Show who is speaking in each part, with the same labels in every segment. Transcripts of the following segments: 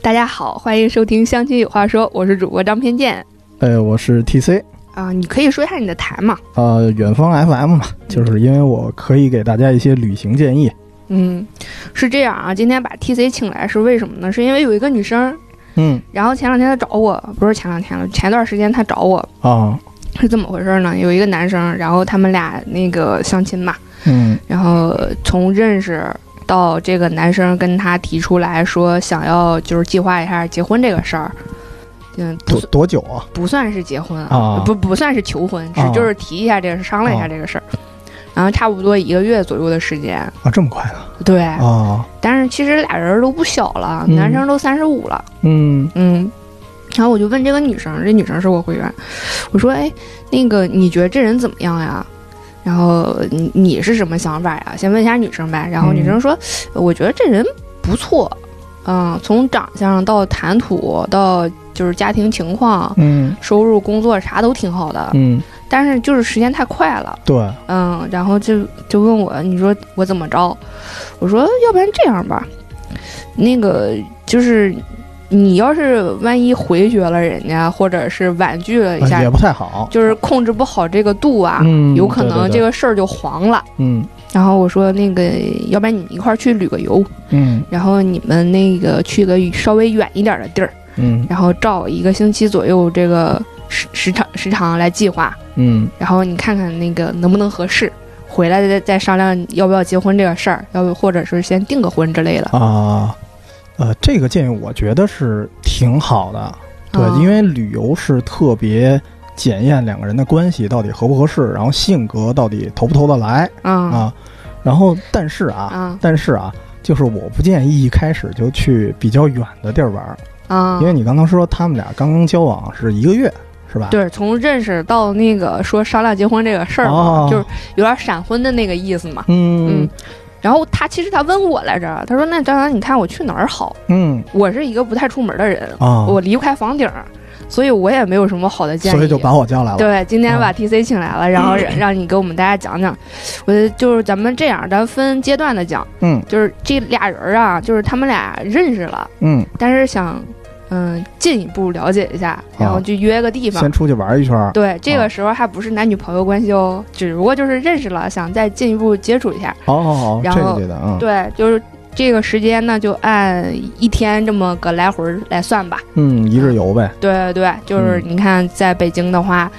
Speaker 1: 大家好，欢迎收听《相亲有话说》，我是主播张偏见
Speaker 2: 哎，我是 TC
Speaker 1: 啊、你可以说一下你的台嘛？
Speaker 2: 呃，远方 FM 嘛，就是因为我可以给大家一些旅行建议。
Speaker 1: 嗯，是这样啊，今天把 TC 请来是为什么呢？是因为有一个女生，
Speaker 2: 嗯
Speaker 1: 然后前两天她找我，不是前两天了，前段时间她找我
Speaker 2: 啊，
Speaker 1: 是怎么回事呢？有一个男生，然后他们俩那个相亲嘛，
Speaker 2: 嗯
Speaker 1: 然后从认识到这个男生跟她提出来说想要就是计划一下结婚这个事儿，嗯，不
Speaker 2: 多多久啊？
Speaker 1: 不算是结婚
Speaker 2: 啊
Speaker 1: 不不算是求婚，只
Speaker 2: 啊
Speaker 1: 就是提一下这个事，商量一下
Speaker 2: 啊
Speaker 1: 这个事儿。然后差不多一个月左右的时间，
Speaker 2: 啊，这么快呢？
Speaker 1: 对。
Speaker 2: 啊，
Speaker 1: 但是其实俩人都不小了，
Speaker 2: 嗯
Speaker 1: 男生都三十五了，
Speaker 2: 嗯
Speaker 1: 嗯。然后我就问这个女生，这女生是我会员，我说：“哎，那个你觉得这人怎么样呀？”然后你你是什么想法呀？先问一下女生呗。然后女生说：“我觉得这人不错，嗯，从长相到谈吐到就是家庭情况，
Speaker 2: 嗯
Speaker 1: 收入、工作啥都挺好的，
Speaker 2: 嗯，
Speaker 1: 但是就是时间太快了，
Speaker 2: 对，
Speaker 1: 嗯，然后就就问我，你说我怎么着？我说，要不然这样吧，那个就是你要是万一回绝了人家，或者是婉拒了一
Speaker 2: 啊
Speaker 1: 下
Speaker 2: 也，不太好。
Speaker 1: 就是控制不好这个度啊，
Speaker 2: 嗯，
Speaker 1: 有可能这
Speaker 2: 对对对
Speaker 1: 个事儿就黄了。
Speaker 2: 嗯
Speaker 1: 然后我说，那个要不然你们一块儿去旅个游，
Speaker 2: 嗯
Speaker 1: 然后你们那个去个稍微远一点的地儿，
Speaker 2: 嗯
Speaker 1: 然后照一个星期左右这个时时长时长来计划，
Speaker 2: 嗯
Speaker 1: 然后你看看那个能不能合适，回来再再商量要不要结婚这个事儿，要不或者是先订个婚之类的。
Speaker 2: 啊，呃，这个建议我觉得是挺好的。对，
Speaker 1: 啊
Speaker 2: 因为旅游是特别检验两个人的关系到底合不合适，然后性格到底投不投得来
Speaker 1: 啊
Speaker 2: 啊。然后，但是啊，
Speaker 1: 啊
Speaker 2: 但是啊，就是我不建议一开始就去比较远的地儿玩，儿，
Speaker 1: 啊
Speaker 2: 因，为你刚刚说他们俩刚刚交往是一个月，是吧？
Speaker 1: 对，从认识到那个说商量结婚这个事儿嘛，
Speaker 2: 哦
Speaker 1: 就是有点闪婚的那个意思嘛。
Speaker 2: 嗯
Speaker 1: 然后他其实他问我来着，他说：“那张扬，你看我去哪儿好？
Speaker 2: 嗯
Speaker 1: 我是一个不太出门的人，
Speaker 2: 啊，
Speaker 1: 我离不开房顶儿，所以我也没有什么好的建议。”
Speaker 2: 所以就把我叫来了。
Speaker 1: 对，今天把
Speaker 2: 啊
Speaker 1: TC 请来了，然后让让你给我们大家讲讲。我觉得就是咱们这样，咱分阶段的讲，
Speaker 2: 嗯
Speaker 1: 就是这俩人啊，就是他们俩认识了，
Speaker 2: 嗯，
Speaker 1: 但是想嗯进一步了解一下，然后
Speaker 2: 啊
Speaker 1: 就约个地方。
Speaker 2: 先出去玩一圈儿。
Speaker 1: 对，这个
Speaker 2: 啊
Speaker 1: 时候还不是男女朋友关系哦，只不过就是认识了，想再进一步接触一下。
Speaker 2: 哦哦哦，
Speaker 1: 然
Speaker 2: 这个
Speaker 1: 后
Speaker 2: 觉得啊，
Speaker 1: 对，就是这个时间呢，就按一天这么个来回儿来算吧。
Speaker 2: 嗯，一日游呗。
Speaker 1: 对对对，就是
Speaker 2: 嗯
Speaker 1: 你看在北京的话，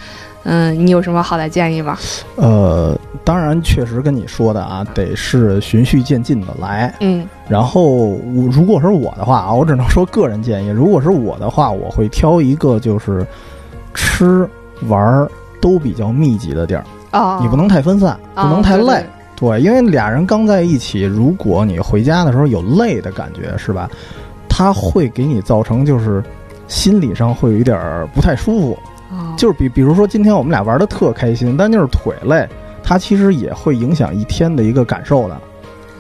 Speaker 1: 嗯，你有什么好的建议吗？
Speaker 2: 呃，当然确实跟你说的啊，得是循序渐进的来。
Speaker 1: 嗯
Speaker 2: 然后我如果是我的话啊，我只能说个人建议。如果是我的话，我会挑一个就是吃玩儿都比较密集的地儿，
Speaker 1: 哦，
Speaker 2: 你不能太分散，不
Speaker 1: 啊
Speaker 2: 能太
Speaker 1: 对对
Speaker 2: 累。对，因为俩人刚在一起，如果你回家的时候有累的感觉，是吧？他会给你造成就是心理上会有一点儿不太舒服。
Speaker 1: 哦
Speaker 2: 就是比比如说今天我们俩玩的特开心，但就是腿累，它其实也会影响一天的一个感受的。
Speaker 1: 嗯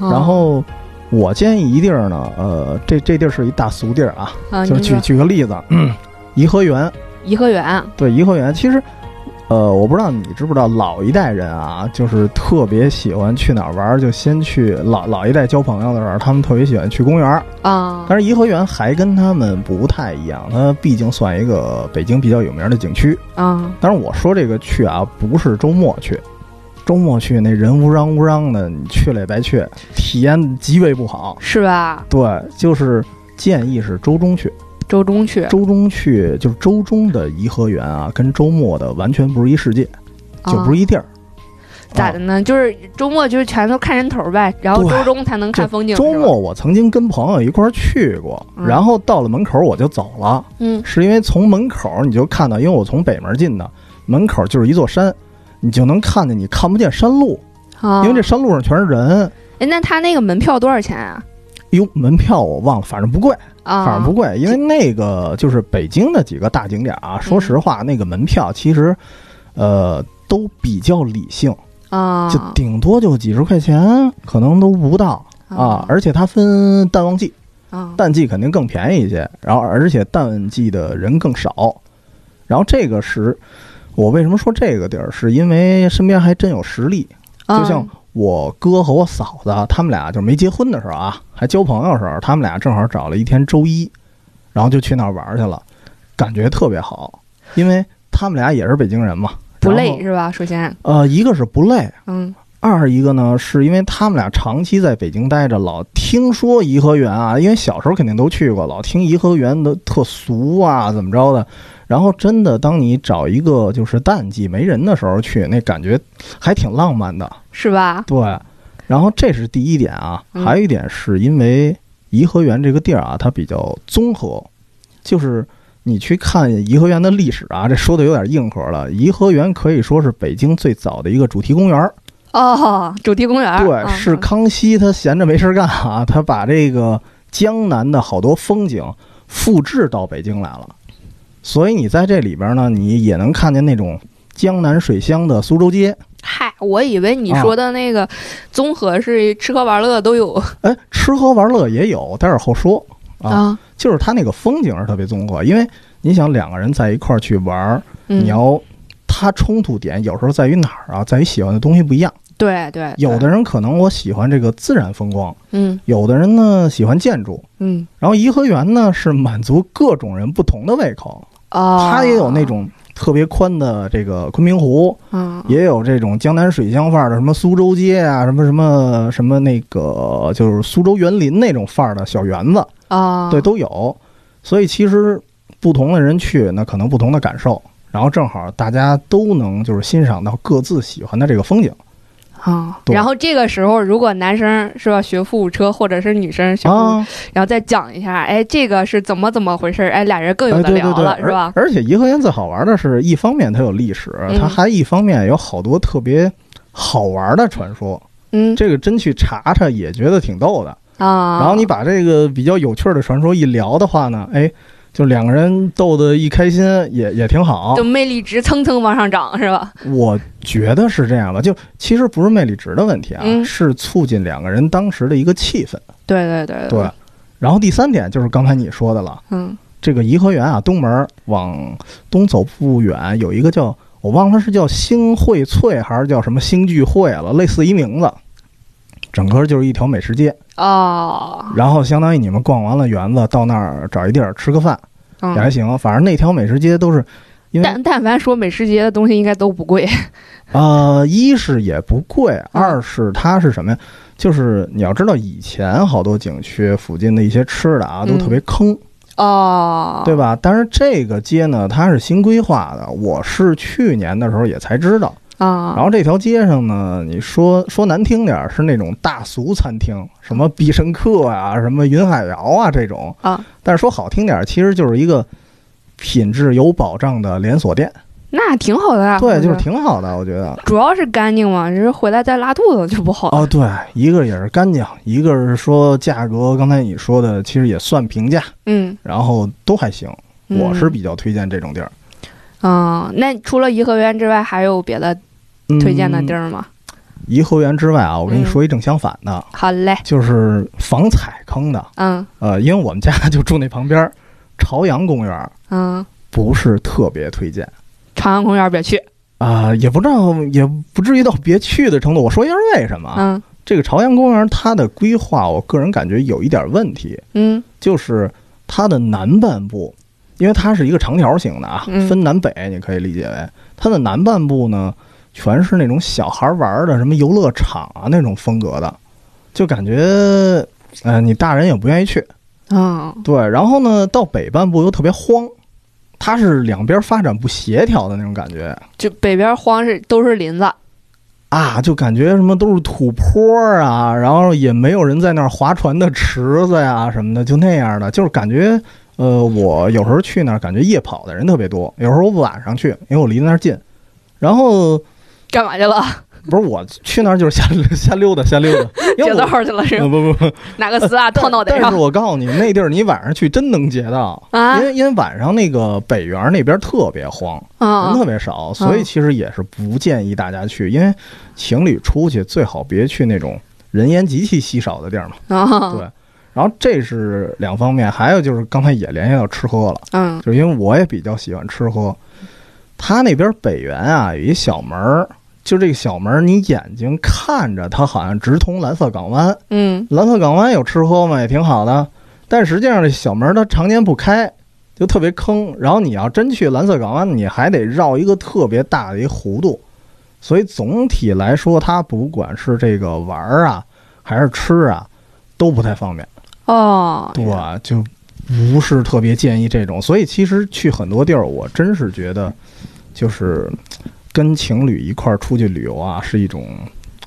Speaker 2: 然
Speaker 1: 哦
Speaker 2: 后我建议一地儿呢，呃，这这地儿是一大俗地儿啊，
Speaker 1: 啊，
Speaker 2: 就是
Speaker 1: 你
Speaker 2: 举
Speaker 1: 说
Speaker 2: 举个例子， 嗯颐和园，
Speaker 1: 颐和园，
Speaker 2: 对，颐和园其实。呃，我不知道你知不知道，老一代人啊，就是特别喜欢去哪儿玩儿，就先去老老一代交朋友的时候，他们特别喜欢去公园儿。
Speaker 1: 啊，
Speaker 2: 但是颐和园还跟他们不太一样，它毕竟算一个北京比较有名的景区。
Speaker 1: 啊，
Speaker 2: 当然我说这个去啊，不是周末去，周末去那人乌嚷乌嚷的，你去了也白去，体验极为不好。
Speaker 1: 是吧？
Speaker 2: 对，就是建议是周中去，
Speaker 1: 周中去，
Speaker 2: 周中去就是周中的颐和园啊，跟周末的完全不是一世界，就
Speaker 1: 啊
Speaker 2: 不是一地儿。
Speaker 1: 咋
Speaker 2: 啊
Speaker 1: 的呢？就是周末就是全都看人头儿呗，然后
Speaker 2: 对
Speaker 1: 周中才能看风景。
Speaker 2: 周
Speaker 1: 是吧
Speaker 2: 末我曾经跟朋友一块儿去过，
Speaker 1: 嗯
Speaker 2: 然后到了门口我就走了，
Speaker 1: 嗯
Speaker 2: 是因为从门口你就看到，因为我从北门进的，门口就是一座山，你就能看见你看不见山路，
Speaker 1: 啊，
Speaker 2: 因为这山路上全是人。
Speaker 1: 哎，那他那个门票多少钱啊？
Speaker 2: 哟，门票我忘了，反正不贵，
Speaker 1: 啊，
Speaker 2: 反正不贵，因为那个就是北京的几个大景点啊。
Speaker 1: 嗯
Speaker 2: 说实话，那个门票其实，呃，都比较理性，
Speaker 1: 啊，
Speaker 2: 就顶多就几十块钱，可能都不到啊。而且它分淡旺季，
Speaker 1: 啊
Speaker 2: 淡季肯定更便宜一些，然后而且淡季的人更少。然后这个是，我为什么说这个地儿，是因为身边还真有实力，就像
Speaker 1: 嗯
Speaker 2: 我哥和我嫂子，他们俩就没结婚的时候啊，还交朋友的时候，他们俩正好找了一天周一，然后就去那儿玩儿去了，感觉特别好，因为他们俩也是北京人嘛，
Speaker 1: 不
Speaker 2: 然
Speaker 1: 累
Speaker 2: 后。
Speaker 1: 是吧？首先，
Speaker 2: 呃，一个是不累，
Speaker 1: 嗯，
Speaker 2: 二一个呢，是因为他们俩长期在北京待着，老听说颐和园啊，因为小时候肯定都去过，老听颐和园的特俗啊，怎么着的。然后真的，当你找一个就是淡季没人的时候去，那感觉还挺浪漫的。
Speaker 1: 是吧？
Speaker 2: 对，然后这是第一点啊，
Speaker 1: 嗯
Speaker 2: 还有一点是因为颐和园这个地儿啊，它比较综合，就是你去看颐和园的历史啊，这说的有点硬核了。颐和园可以说是北京最早的一个主题公园儿，
Speaker 1: 哦，主题公园儿，
Speaker 2: 对，
Speaker 1: 嗯
Speaker 2: 是
Speaker 1: 嗯
Speaker 2: 康熙他闲着没事儿干啊，他把这个江南的好多风景复制到北京来了，所以你在这里边呢，你也能看见那种江南水乡的苏州街，
Speaker 1: 嗨，我以为
Speaker 2: 啊
Speaker 1: 你说的那个综合是吃喝玩乐都有
Speaker 2: 哎，吃喝玩乐也有，待会儿后说。啊
Speaker 1: 啊。
Speaker 2: 就是它那个风景是特别综合，因为你想两个人在一块儿去玩儿，
Speaker 1: 嗯
Speaker 2: 你要它冲突点有时候在于哪儿啊？在于喜欢的东西不一样。
Speaker 1: 对对，对
Speaker 2: 有的人可能我喜欢这个自然风光，
Speaker 1: 嗯
Speaker 2: 有的人呢喜欢建筑。
Speaker 1: 嗯
Speaker 2: 然后颐和园呢是满足各种人不同的胃口，
Speaker 1: 哦，
Speaker 2: 它也有那种特别宽的这个昆明湖，
Speaker 1: 嗯
Speaker 2: 也有这种江南水乡范儿的什么苏州街啊，什么什么什么那个就是苏州园林那种范儿的小园子。
Speaker 1: 啊
Speaker 2: 对，都有。所以其实不同的人去，那可能不同的感受，然后正好大家都能就是欣赏到各自喜欢的这个风景
Speaker 1: 啊。
Speaker 2: 对
Speaker 1: 然后这个时候，如果男生是吧学副车，或者是女生学副，
Speaker 2: 啊，
Speaker 1: 然后再讲一下，哎，这个是怎么怎么回事儿？哎，俩人更
Speaker 2: 哎
Speaker 1: 有的
Speaker 2: 对对
Speaker 1: 聊
Speaker 2: 对，
Speaker 1: 了，是吧？
Speaker 2: 而而且颐和园最好玩的是，一方面它有历史，它
Speaker 1: 嗯
Speaker 2: 还一方面有好多特别好玩的传说，
Speaker 1: 嗯
Speaker 2: 这个真去查查也觉得挺逗的。
Speaker 1: 啊。
Speaker 2: 然后你把这个比较有趣的传说一聊的话呢，哎，就两个人逗得一开心也也挺好，
Speaker 1: 就魅力值蹭蹭往上涨，是吧？
Speaker 2: 我觉得是这样的，就其实不是魅力值的问题啊，
Speaker 1: 嗯
Speaker 2: 是促进两个人当时的一个气氛。
Speaker 1: 对对对
Speaker 2: 对，然后第三点就是刚才你说的了，
Speaker 1: 嗯
Speaker 2: 这个颐和园啊，东门儿往东走不远有一个叫我忘了是叫星荟萃还是叫什么星聚会了，类似一名字。整个就是一条美食街，
Speaker 1: 嗯哦，
Speaker 2: 然后相当于你们逛完了园子，到那儿找一地儿吃个饭也还
Speaker 1: 嗯，
Speaker 2: 行。反正那条美食街都是，因为
Speaker 1: 但但凡说美食节的东西，应该都不贵。
Speaker 2: 呃，一是也不贵，
Speaker 1: 嗯
Speaker 2: 二是它是什么呀？就是你要知道，以前好多景区附近的一些吃的啊，都
Speaker 1: 嗯
Speaker 2: 特别坑，
Speaker 1: 哦，
Speaker 2: 对吧？但是这个街呢，它是新规划的，我是去年的时候也才知道。
Speaker 1: 啊，
Speaker 2: 然后这条街上呢，你说说难听点儿，是那种大俗餐厅，什么必胜客啊，什么云海肴啊这种
Speaker 1: 啊。
Speaker 2: 但是说好听点儿，其实就是一个品质有保障的连锁店，
Speaker 1: 那挺好的呀、
Speaker 2: 对，就是
Speaker 1: 我觉得
Speaker 2: 挺好的，我觉得。
Speaker 1: 主要是干净嘛，就是回来再拉肚子就不好。
Speaker 2: 哦，对，一个也是干净，一个是说价格，刚才你说的其实也算平价，
Speaker 1: 嗯，
Speaker 2: 然后都还行。我是
Speaker 1: 嗯
Speaker 2: 比较推荐这种地儿，
Speaker 1: 嗯，那除了颐和园之外，还有别的
Speaker 2: 嗯
Speaker 1: 推荐的地。儿吗？
Speaker 2: 颐和园之外啊，我跟你
Speaker 1: 嗯
Speaker 2: 说一正相反的，
Speaker 1: 好嘞，
Speaker 2: 就是防踩坑的。
Speaker 1: 嗯
Speaker 2: 呃，因为我们家就住那旁边儿，朝阳公园
Speaker 1: 嗯，
Speaker 2: 不是特别推荐
Speaker 1: 朝阳公园别去。
Speaker 2: 啊、也不知道，也不至于到别去的程度。我说一下为什么啊？
Speaker 1: 嗯
Speaker 2: 这个朝阳公园它的规划，我个人感觉有一点问题。
Speaker 1: 嗯
Speaker 2: 就是它的南半部，因为它是一个长条形的啊，
Speaker 1: 嗯
Speaker 2: 分南北，你可以理解为它的南半部呢，全是那种小孩玩的什么游乐场啊那种风格的，就感觉呃你大人也不愿意去。
Speaker 1: 嗯
Speaker 2: 对，然后呢，到北半部又特别荒，它是两边发展不协调的那种感觉
Speaker 1: 就北边荒是都是林子。
Speaker 2: 啊，就感觉什么都是土坡啊，然后也没有人在那儿划船的池子呀、什么的，就那样的，就是感觉，呃，我有时候去那儿感觉夜跑的人特别多，有时候我晚上去，因为我离那儿近，然后
Speaker 1: 干嘛去了？
Speaker 2: 不是我去那儿就是瞎瞎溜达瞎溜达，因
Speaker 1: 劫
Speaker 2: 为
Speaker 1: 道
Speaker 2: 我。
Speaker 1: 去了是
Speaker 2: 呃
Speaker 1: 吗？
Speaker 2: 不不不，
Speaker 1: 拿个丝袜套脑袋
Speaker 2: 但是
Speaker 1: 上
Speaker 2: 我告诉你，那地儿你晚上去真能截到，
Speaker 1: 啊
Speaker 2: 因？为因为晚上那个北园那边特别荒，人
Speaker 1: 嗯
Speaker 2: 特别少，所以其实也是不建议大家去，因为情侣出去最好别去那种人烟极其稀少的地儿嘛。
Speaker 1: 嗯
Speaker 2: 对然后这是两方面，还有就是刚才也联系到吃喝了，
Speaker 1: 嗯
Speaker 2: 就是因为我也比较喜欢吃喝，他那边北园啊有一小门儿，就这个小门儿，你眼睛看着它好像直通蓝色港湾，
Speaker 1: 嗯
Speaker 2: 蓝色港湾有吃喝嘛，也挺好的。但实际上这小门它常年不开，就特别坑。然后你要真去蓝色港湾，你还得绕一个特别大的一弧度。所以总体来说，它不管是这个玩儿啊，还是吃啊，都不太方便。
Speaker 1: 哦，
Speaker 2: 对吧？就不是特别建议这种。所以其实去很多地儿，我真是觉得，就是跟情侣一块儿出去旅游啊，是一种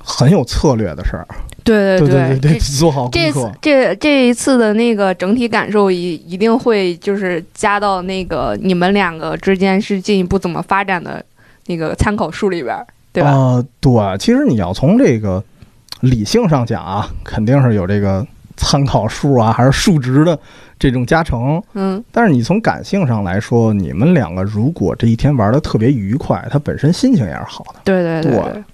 Speaker 2: 很有策略的事儿。
Speaker 1: 对
Speaker 2: 对
Speaker 1: 对
Speaker 2: 对对，做好
Speaker 1: 这
Speaker 2: 功
Speaker 1: 次
Speaker 2: 课。
Speaker 1: 这这一次的那个整体感受一一定会就是加到那个你们两个之间是进一步怎么发展的那个参考书里边儿，对吧？
Speaker 2: 呃，对，其实你要从这个理性上讲啊，肯定是有这个参考数啊，还是数值的这种加成。
Speaker 1: 嗯，
Speaker 2: 但是你从感性上来说，你们两个如果这一天玩的特别愉快，他本身心情也是好的。
Speaker 1: 对对对
Speaker 2: 对
Speaker 1: 对。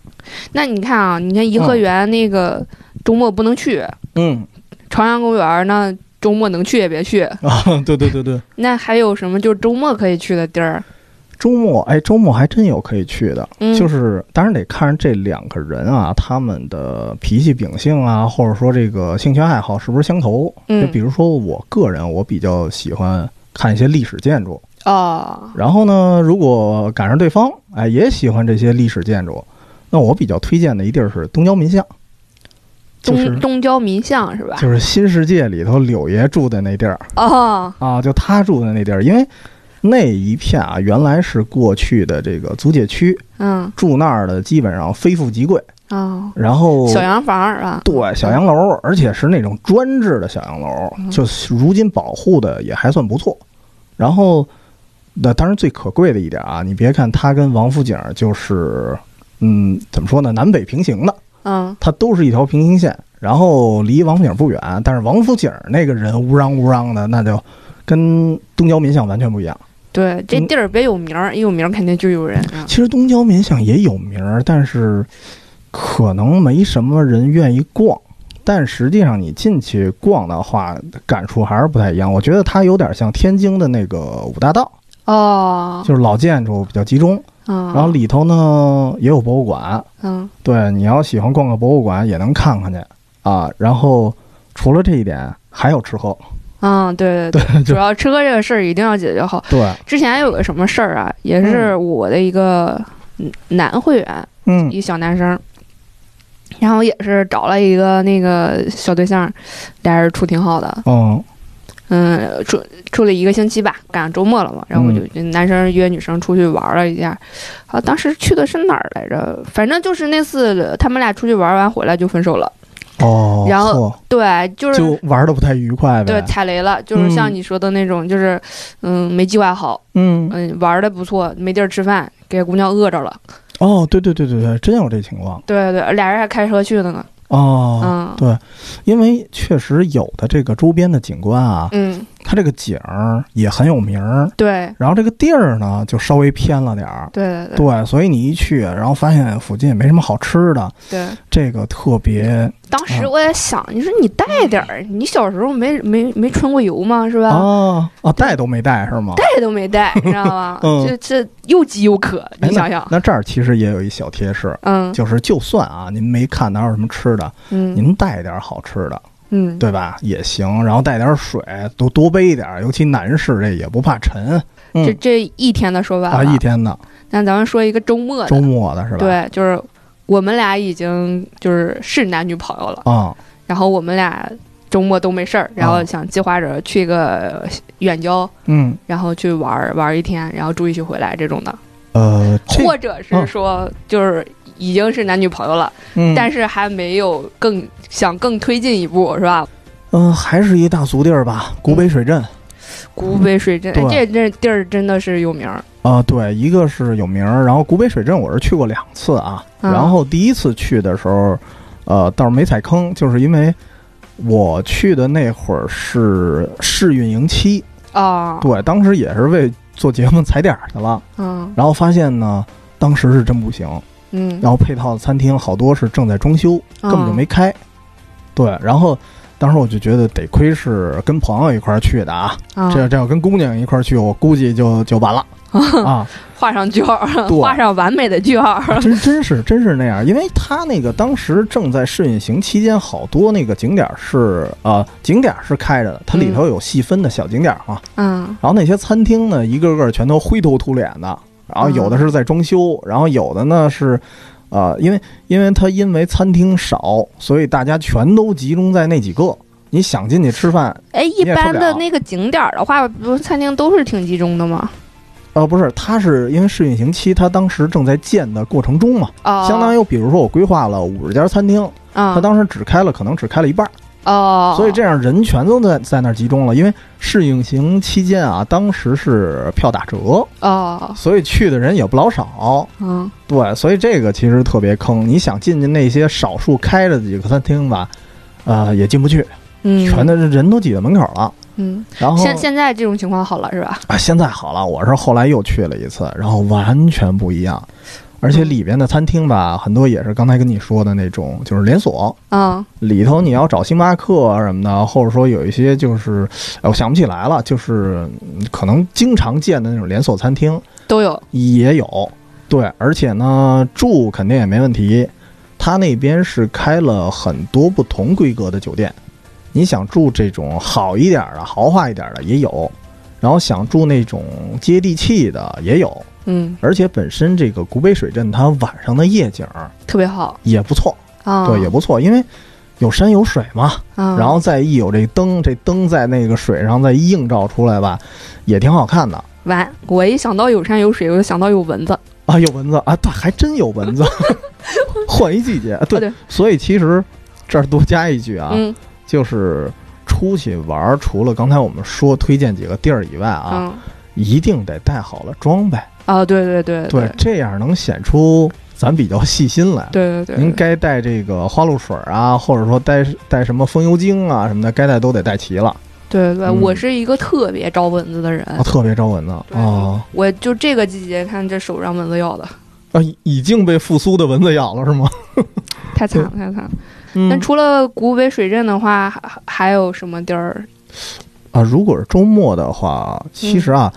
Speaker 1: 那你看啊，你看颐和园那个周末不能去，
Speaker 2: 嗯
Speaker 1: 朝阳公园呢周末能去也别去，
Speaker 2: 啊，对对对对，
Speaker 1: 那还有什么就是周末可以去的地儿？
Speaker 2: 周末哎，周末还真有可以去的，
Speaker 1: 嗯，
Speaker 2: 就是当然得看这两个人啊，他们的脾气秉性啊，或者说这个兴趣爱好是不是相投。就
Speaker 1: 嗯
Speaker 2: 比如说我个人，我比较喜欢看一些历史建筑。
Speaker 1: 哦，
Speaker 2: 然后呢，如果赶上对方哎也喜欢这些历史建筑，那我比较推荐的一地儿是东交民巷，就
Speaker 1: 东
Speaker 2: 是
Speaker 1: 东郊民巷是吧？
Speaker 2: 就是新世界里头柳爷住的那地儿
Speaker 1: 哦，
Speaker 2: 啊，就他住的那地儿，因为那一片啊原来是过去的这个租界区，
Speaker 1: 嗯
Speaker 2: 住那儿的基本上非富即贵，
Speaker 1: 哦，
Speaker 2: 然后
Speaker 1: 小洋房儿啊，
Speaker 2: 对小洋楼，而且是那种专制的小洋楼，
Speaker 1: 嗯
Speaker 2: 就是如今保护的也还算不错。然后，那当然最可贵的一点啊，你别看它跟王府井就是，嗯，怎么说呢，南北平行的，
Speaker 1: 嗯，
Speaker 2: 它都是一条平行线，然后离王府井不远，但是王府井那个人乌嚷乌嚷的，那就跟东郊民巷完全不一样。
Speaker 1: 对，这
Speaker 2: 嗯
Speaker 1: 地儿别有名儿，一有名儿肯定就有人啊。
Speaker 2: 其实东郊民巷也有名儿，但是可能没什么人愿意逛。但实际上，你进去逛的话，感触还是不太一样。我觉得它有点像天津的那个五大道，
Speaker 1: 哦，
Speaker 2: 就是老建筑比较集中，
Speaker 1: 嗯，
Speaker 2: 然后里头呢也有博物馆。
Speaker 1: 嗯
Speaker 2: 对，你要喜欢逛个博物馆，也能看看去啊。然后除了这一点，还有吃喝。
Speaker 1: 嗯，对 对对，主要吃喝这个事儿一定要解决好。
Speaker 2: 对，
Speaker 1: 之前有个什么事儿啊，也是我的一个嗯男会员，
Speaker 2: 嗯
Speaker 1: 一小男生。然后也是找了一个那个小对象，俩人处挺好的，
Speaker 2: 嗯
Speaker 1: 嗯，处处了一个星期吧，赶上周末了嘛，然后我就男生约女生出去玩了一下，啊，当时去的是哪儿来着？反正就是那次他们俩出去玩完回来就分手了，
Speaker 2: 哦，
Speaker 1: 然后
Speaker 2: 嚯
Speaker 1: 对，就是
Speaker 2: 就玩的不太愉快呗。
Speaker 1: 对，踩雷了，就是像
Speaker 2: 嗯
Speaker 1: 你说的那种，就是嗯没计划好，
Speaker 2: 嗯，
Speaker 1: 嗯玩的不错，没地儿吃饭，给姑娘饿着了。
Speaker 2: 哦，对对对对对，真有这情况。
Speaker 1: 对对，俩人还开车去的呢。
Speaker 2: 哦，
Speaker 1: 嗯
Speaker 2: 对，因为确实有的这个周边的景观啊，
Speaker 1: 嗯，
Speaker 2: 它这个景儿也很有名儿，
Speaker 1: 对
Speaker 2: 然后这个地儿呢就稍微偏了点儿。
Speaker 1: 对对
Speaker 2: 对，所以你一去，然后发现附近也没什么好吃的，
Speaker 1: 对。
Speaker 2: 这个特别
Speaker 1: 当时我也想，你说你带点儿，
Speaker 2: 嗯
Speaker 1: 你小时候没没没春过游吗？是吧？
Speaker 2: 啊啊，带都没带是吗？
Speaker 1: 带都没 带，你知道吗？
Speaker 2: 嗯
Speaker 1: 这这又饥又渴，
Speaker 2: 哎
Speaker 1: 你想想，
Speaker 2: 那这儿其实也有一小贴士，
Speaker 1: 嗯
Speaker 2: 就是就算啊您没看哪有什么吃的，
Speaker 1: 嗯
Speaker 2: 您带点儿好吃的，
Speaker 1: 嗯，
Speaker 2: 对吧？也行，然后带点儿水，多多背一点儿，尤其男士这也不怕沉。
Speaker 1: 这
Speaker 2: 嗯
Speaker 1: 这一天的说
Speaker 2: 啊，
Speaker 1: 完
Speaker 2: 一
Speaker 1: 了，
Speaker 2: 天的
Speaker 1: 那咱们说一个周末
Speaker 2: 周
Speaker 1: 的，
Speaker 2: 末的是吧？
Speaker 1: 啊对，就是我们俩已经就是是男女朋友了。
Speaker 2: 啊、
Speaker 1: 然后我们俩周末都没事儿，然后想计划着去个远郊，
Speaker 2: 嗯，
Speaker 1: 然后去玩儿玩儿一天，然后住一起回来这种的，
Speaker 2: 呃，这
Speaker 1: 或者是说就是已经是男女朋友了，
Speaker 2: 嗯，
Speaker 1: 但是还没有更想更推进一步，是吧？
Speaker 2: 嗯、还是一大俗地儿吧，古北水镇啊、
Speaker 1: 古北水镇，哎这
Speaker 2: 对
Speaker 1: 这地儿真的是有名儿，
Speaker 2: 啊对，一个是有名儿，然后古北水镇我是去过两次啊，
Speaker 1: 嗯
Speaker 2: 然后第一次去的时候，呃，倒是没踩坑，就是因为我去的那会儿是试运营期，
Speaker 1: 啊，
Speaker 2: 对，当时也是为做节目踩点儿去了，
Speaker 1: 嗯
Speaker 2: 然后发现呢，当时是真不行，
Speaker 1: 嗯，嗯
Speaker 2: 然后配套的餐厅好多是正在装修，根本就没开。对，然后当时我就觉得得亏是跟朋友一块儿去的啊，
Speaker 1: 啊，
Speaker 2: 这这要跟姑娘一块儿去，我估计就就完了啊！
Speaker 1: 画上句号，
Speaker 2: 对
Speaker 1: 画上完美的句号。
Speaker 2: 啊真真是真是那样，因为他那个当时正在试运行期间，好多那个景点儿是呃景点儿是开着的，它里头有细分的小景点儿嘛，
Speaker 1: 嗯
Speaker 2: 然后那些餐厅呢，一个个全都灰头土脸的，然后有的是在装修，然后有的呢是，呃，因为因为它因为餐厅少，所以大家全都集中在那几个。你想进去吃饭，
Speaker 1: 哎，一
Speaker 2: 也受
Speaker 1: 般
Speaker 2: 不
Speaker 1: 的
Speaker 2: 了
Speaker 1: 那个景点儿的话，不是餐厅都是挺集中的吗？
Speaker 2: 呃，不是，它是因为试运行期，它当时正在建的过程中嘛，
Speaker 1: 哦，
Speaker 2: 相当
Speaker 1: 于
Speaker 2: 于比如说我规划了五十家餐厅，它
Speaker 1: 啊，
Speaker 2: 当时只开了可能只开了一半儿，
Speaker 1: 哦，
Speaker 2: 所以这样人全都在在那儿集中了。因为试运行期间啊，当时是票打折，
Speaker 1: 哦，
Speaker 2: 所以去的人也不老少。
Speaker 1: 嗯
Speaker 2: 对，所以这个其实特别坑。你想进去那些少数开着的几个餐厅吧，呃，也进不去，
Speaker 1: 嗯，
Speaker 2: 全都哦是人都挤在门口了。
Speaker 1: 嗯，
Speaker 2: 然后
Speaker 1: 现现在这种情况好了是吧？
Speaker 2: 啊，现在好了，我是后来又去了一次，然后完全不一样。
Speaker 1: 嗯
Speaker 2: 而且里边的餐厅吧，很多也是刚才跟你说的那种，就是连锁，
Speaker 1: 嗯
Speaker 2: 里头你要找星巴克啊什么的，或者说有一些就是，哎我想不起来了，就是嗯可能经常见的那种连锁餐厅，
Speaker 1: 都有，
Speaker 2: 也有，对，而且呢，住肯定也没问题。他那边是开了很多不同规格的酒店，你想住这种好一点的、豪华一点的也有，然后想住那种接地气的也有。
Speaker 1: 嗯，
Speaker 2: 而且本身这个古北水镇它晚上的夜景儿
Speaker 1: 特别好
Speaker 2: 也不错，
Speaker 1: 啊，
Speaker 2: 对，也不错，因为有山有水嘛。
Speaker 1: 啊，
Speaker 2: 然后再一有这灯，这灯在那个水上再一映照出来吧，也挺好看的。
Speaker 1: 完，我一想到有山有水，我就想到有蚊子，
Speaker 2: 啊，有蚊子啊，对，还真有 蚊子，换一季节，啊对，
Speaker 1: 哦对
Speaker 2: 所以其实这儿多加一句啊，
Speaker 1: 嗯
Speaker 2: 就是出去玩儿，除了刚才我们说推荐几个地儿以外啊，
Speaker 1: 嗯
Speaker 2: 一定得带好了装备，
Speaker 1: 啊，对对对对
Speaker 2: 这样能显出咱比较细心来。
Speaker 1: 对对对，
Speaker 2: 您该带这个花露水啊，或者说带带什么风油精啊什么的，该带都得带齐了。
Speaker 1: 对对对，
Speaker 2: 嗯
Speaker 1: 我是一个特别招蚊子的人，
Speaker 2: 啊，特别招蚊子啊、
Speaker 1: 嗯对我就这个季节看这手让蚊子咬的，
Speaker 2: 啊，已经被复苏的蚊子咬了是吗？
Speaker 1: 太惨了太惨了。
Speaker 2: 嗯
Speaker 1: 那除了古北水镇的话，还还有什么地儿？
Speaker 2: 啊，如果是周末的话，其实啊，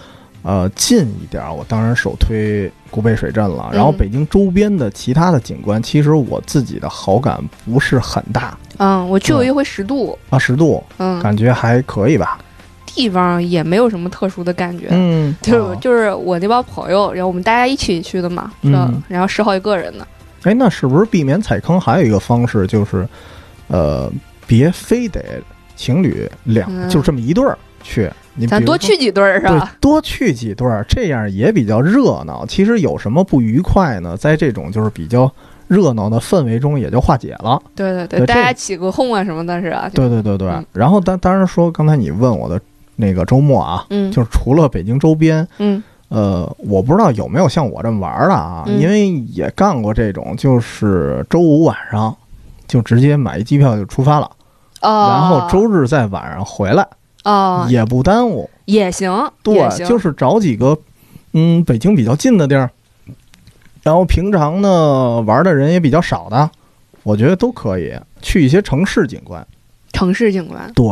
Speaker 2: 呃，近一点儿，我当然首推古北水镇了。然后
Speaker 1: 嗯
Speaker 2: 北京周边的其他的景观，其实我自己的好感不是很大
Speaker 1: 嗯，我去过
Speaker 2: 对
Speaker 1: 一回十渡，
Speaker 2: 啊，十度
Speaker 1: 嗯，
Speaker 2: 感觉还可以吧。
Speaker 1: 地方也没有什么特殊的感觉，
Speaker 2: 嗯，
Speaker 1: 就是
Speaker 2: 啊
Speaker 1: 就是我那帮朋友，然后我们大家一起去的嘛，是吧
Speaker 2: 嗯？
Speaker 1: 然后十好几个人呢，
Speaker 2: 哎，那是不是避免踩坑还有一个方式就是，呃，别非得情侣两、
Speaker 1: 嗯
Speaker 2: 就这么一对儿去，你
Speaker 1: 咱
Speaker 2: 比如
Speaker 1: 多
Speaker 2: 说
Speaker 1: 去几对儿是
Speaker 2: 对
Speaker 1: 吧？，
Speaker 2: 多去几对儿，这样也比较热闹。其实有什么不愉快呢？在这种就是比较热闹的氛围中，也就化解了。
Speaker 1: 对对
Speaker 2: 对
Speaker 1: 大
Speaker 2: 这
Speaker 1: 家起个哄啊什么的，是吧？
Speaker 2: 对对对对。
Speaker 1: 嗯
Speaker 2: 然后当当然说，刚才你问我的那个周末啊，
Speaker 1: 嗯
Speaker 2: 就是除了北京周边，
Speaker 1: 嗯
Speaker 2: 呃，我不知道有没有像我这么玩儿的啊，
Speaker 1: 嗯
Speaker 2: 因为也干过这种，就是周五晚上就直接买一机票就出发了，
Speaker 1: 哦，
Speaker 2: 然后周日在晚上回来，
Speaker 1: 哦
Speaker 2: 也不耽误。
Speaker 1: 也行，
Speaker 2: 对
Speaker 1: 也，行
Speaker 2: 就是找几个嗯北京比较近的地儿，然后平常呢玩的人也比较少的，我觉得都可以去一些城市景观。
Speaker 1: 城市景观，
Speaker 2: 对，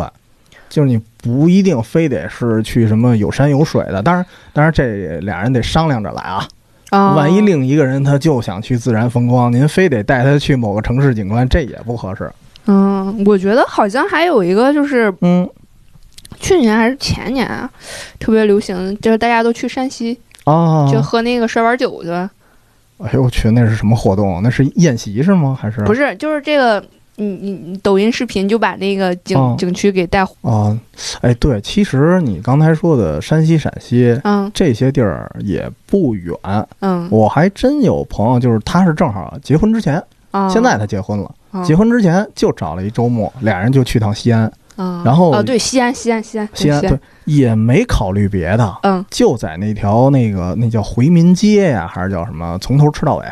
Speaker 2: 就是你不一定非得是去什么有山有水的，当然，当然这俩人得商量着来啊。
Speaker 1: 啊，
Speaker 2: 万一另一个人他就想去自然风光，您非得带他去某个城市景观，这也不合适。
Speaker 1: 嗯，我觉得好像还有一个就是
Speaker 2: 嗯，
Speaker 1: 去年还是前年啊，特别流行，就是大家都去山西，
Speaker 2: 啊，
Speaker 1: 就喝那个摔碗酒去，
Speaker 2: 哎呦我去，那是什么活动？那是宴席是吗？还是
Speaker 1: 不是，就是这个。你你你抖音视频就把那个景、
Speaker 2: 哦
Speaker 1: 景区给带火，
Speaker 2: 啊，哎，对，其实你刚才说的山西、陕西
Speaker 1: 嗯
Speaker 2: 这些地儿也不远，
Speaker 1: 嗯
Speaker 2: 我还真有朋友，就是他是正好结婚之前，
Speaker 1: 啊，
Speaker 2: 现在他结婚了，
Speaker 1: 啊
Speaker 2: 结婚之前就找了一周末，俩人就去趟西安，
Speaker 1: 啊，
Speaker 2: 然后
Speaker 1: 哦对，西安西安西安
Speaker 2: 西安
Speaker 1: 对
Speaker 2: 对，也没考虑别的，
Speaker 1: 嗯
Speaker 2: 就在那条那个那叫回民街呀、还是叫什么，从头吃到尾，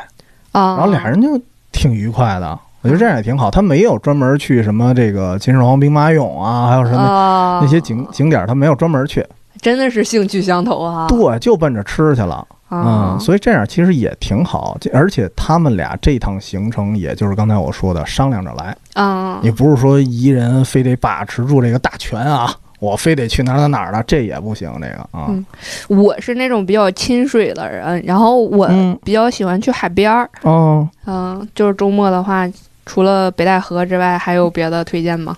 Speaker 1: 啊，
Speaker 2: 然后俩人就挺愉快的。我觉得这样也挺好，他没有专门去什么这个秦始皇兵马俑啊，还有什么
Speaker 1: 啊
Speaker 2: 那些景景点儿，他没有专门去，
Speaker 1: 真的是兴趣相投啊，
Speaker 2: 对，就奔着吃去了。嗯
Speaker 1: 啊，
Speaker 2: 所以这样其实也挺好。这而且他们俩这趟行程，也就是刚才我说的商量着来，
Speaker 1: 啊，
Speaker 2: 你不是说一人非得把持住这个大权啊，我非得去哪儿哪儿的，这也不行，这个啊，
Speaker 1: 嗯我是那种比较亲水的人，然后我
Speaker 2: 嗯
Speaker 1: 比较喜欢去海边儿，
Speaker 2: 哦，
Speaker 1: 嗯、就是周末的话，除了北戴河之外，还有别的推荐吗？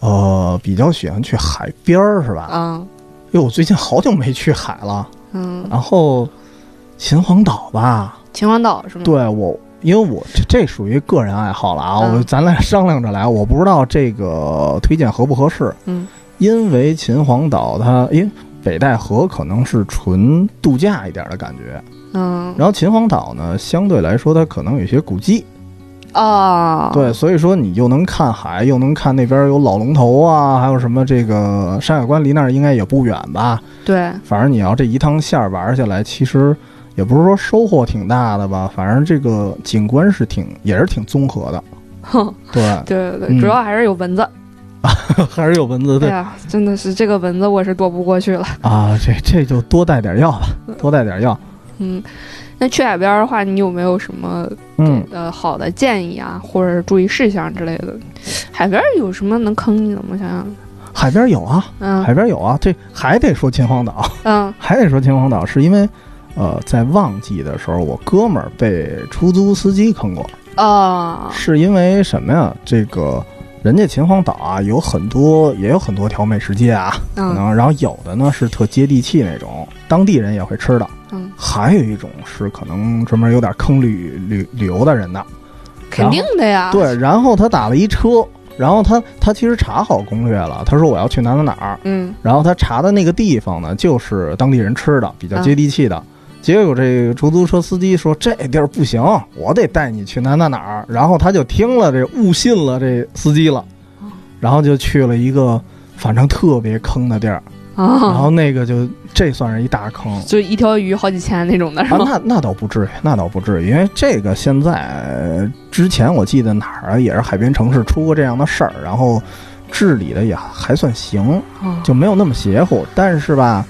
Speaker 2: 呃，比较喜欢去海边儿是吧？
Speaker 1: 啊，
Speaker 2: 哟，我最近好久没去海了，
Speaker 1: 嗯，
Speaker 2: 然后秦皇岛吧，
Speaker 1: 秦皇岛是吗？，
Speaker 2: 对我，因为我这这属于个人爱好了啊，
Speaker 1: 嗯
Speaker 2: 我咱俩商量着来，我不知道这个推荐合不合适。
Speaker 1: 嗯，
Speaker 2: 因为秦皇岛它，因为北戴河可能是纯度假一点的感觉，
Speaker 1: 嗯，
Speaker 2: 然后秦皇岛呢，相对来说它可能有一些古迹，
Speaker 1: 哦，
Speaker 2: 对，所以说你又能看海，又能看那边有老龙头啊，还有什么这个山海关离那儿应该也不远吧，
Speaker 1: 对，
Speaker 2: 反正你要这一趟线儿玩下来，其实也不是说收获挺大的吧，反正这个景观是挺也是挺综合的。
Speaker 1: 哼，，
Speaker 2: 对
Speaker 1: 对对对，
Speaker 2: 嗯
Speaker 1: 主要还是有蚊子。
Speaker 2: 还是有蚊子
Speaker 1: 哎呀，真的是这个蚊子我是躲不过去了。
Speaker 2: 啊，这这就多带点药吧，多带点药。
Speaker 1: 嗯，那去海边儿的话，你有没有什么
Speaker 2: 嗯，
Speaker 1: 呃好的建议啊，或者是注意事项之类的？海边儿有什么能坑你的吗？想想，
Speaker 2: 海边有啊，海
Speaker 1: 嗯
Speaker 2: 边有啊，这还得说秦皇岛，
Speaker 1: 嗯
Speaker 2: 还得说秦皇岛，是因为呃，在旺季的时候，我哥们儿被出租司机坑过，
Speaker 1: 啊
Speaker 2: 是因为什么呀？这个人家秦皇岛啊，有很多也有很多条美食街啊，可
Speaker 1: 嗯
Speaker 2: 能，然后有的呢是特接地气那种，当地人也会吃的。
Speaker 1: 嗯，
Speaker 2: 还有一种是可能专门有点坑旅旅旅游的人的，
Speaker 1: 肯定的呀。
Speaker 2: 对。然后他打了一车，然后他他其实查好攻略了，他说我要去哪哪哪儿，
Speaker 1: 嗯
Speaker 2: 然后他查的那个地方呢，就是当地人吃的，比较接地气的。结果这个出租车司机说这地儿不行，我得带你去哪哪哪儿。然后他就听了这误信了这司机了，
Speaker 1: 哦
Speaker 2: 然后就去了一个反正特别坑的地儿，然
Speaker 1: 啊
Speaker 2: 后，那个就这算是一大坑。
Speaker 1: 就一条鱼好几千那种的是
Speaker 2: 啊，
Speaker 1: 吗？
Speaker 2: 那那倒不至于，那倒不至于，因为这个现在呃之前我记得哪儿啊也是海边城市出过这样的事儿，然后治理的也还算行，
Speaker 1: 哦
Speaker 2: 就没有那么邪乎。但是吧，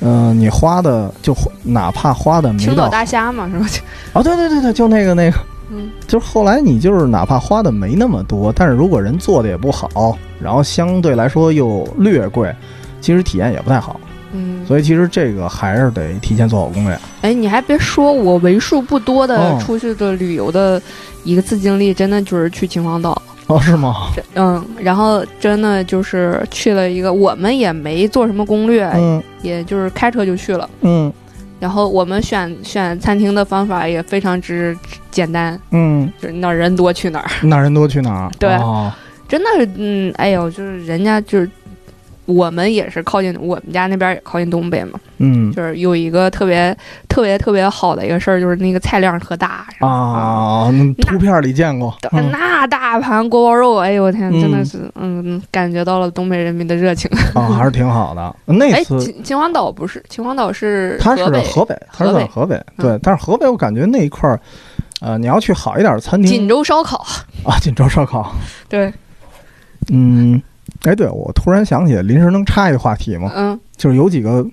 Speaker 2: 嗯，你花的就花哪怕花的没
Speaker 1: 青
Speaker 2: 到
Speaker 1: 岛大虾嘛是吧？
Speaker 2: 啊，对对对对，就那个那个，
Speaker 1: 嗯
Speaker 2: 就是后来你就是哪怕花的没那么多，但是如果人做的也不好，然后相对来说又略贵，其实体验也不太好。
Speaker 1: 嗯，
Speaker 2: 所以其实这个还是得提前做好攻略。
Speaker 1: 哎，你还别说，我为数不多的
Speaker 2: 哦
Speaker 1: 出去的旅游的一次经历，真的就是去秦皇岛。
Speaker 2: 哦，是吗？
Speaker 1: 这嗯，然后真的就是去了一个，我们也没做什么攻略，
Speaker 2: 嗯
Speaker 1: 也就是开车就去了。
Speaker 2: 嗯
Speaker 1: 然后我们选选餐厅的方法也非常之简单，
Speaker 2: 嗯。
Speaker 1: 就是哪儿人多去哪儿。
Speaker 2: 哪人多去哪儿？
Speaker 1: 对
Speaker 2: 哦
Speaker 1: 真的是，嗯，哎呦，就是人家就是我们也是靠近我们家那边也靠近东北嘛，
Speaker 2: 嗯
Speaker 1: 就是有一个特别特别特别好的一个事儿，就是那个菜量特大然后
Speaker 2: 啊，那图片里见过，
Speaker 1: 但
Speaker 2: 嗯
Speaker 1: 那大盘锅包肉，哎呦我天，
Speaker 2: 嗯
Speaker 1: 真的是，嗯，感觉到了东北人民的热情。
Speaker 2: 啊，还是挺好的。那
Speaker 1: 哎，
Speaker 2: 次
Speaker 1: 秦秦皇岛不是，秦皇岛是
Speaker 2: 他是
Speaker 1: 河北
Speaker 2: 河北，他是在河北，
Speaker 1: 嗯
Speaker 2: 对。但是河北我感觉那一块儿，呃，你要去好一点的餐
Speaker 1: 锦
Speaker 2: 厅
Speaker 1: 州烧烤，
Speaker 2: 啊，锦州烧烤，
Speaker 1: 对，
Speaker 2: 嗯，哎，对我突然想起，临时能插一个话题吗？
Speaker 1: 嗯
Speaker 2: 就是有几个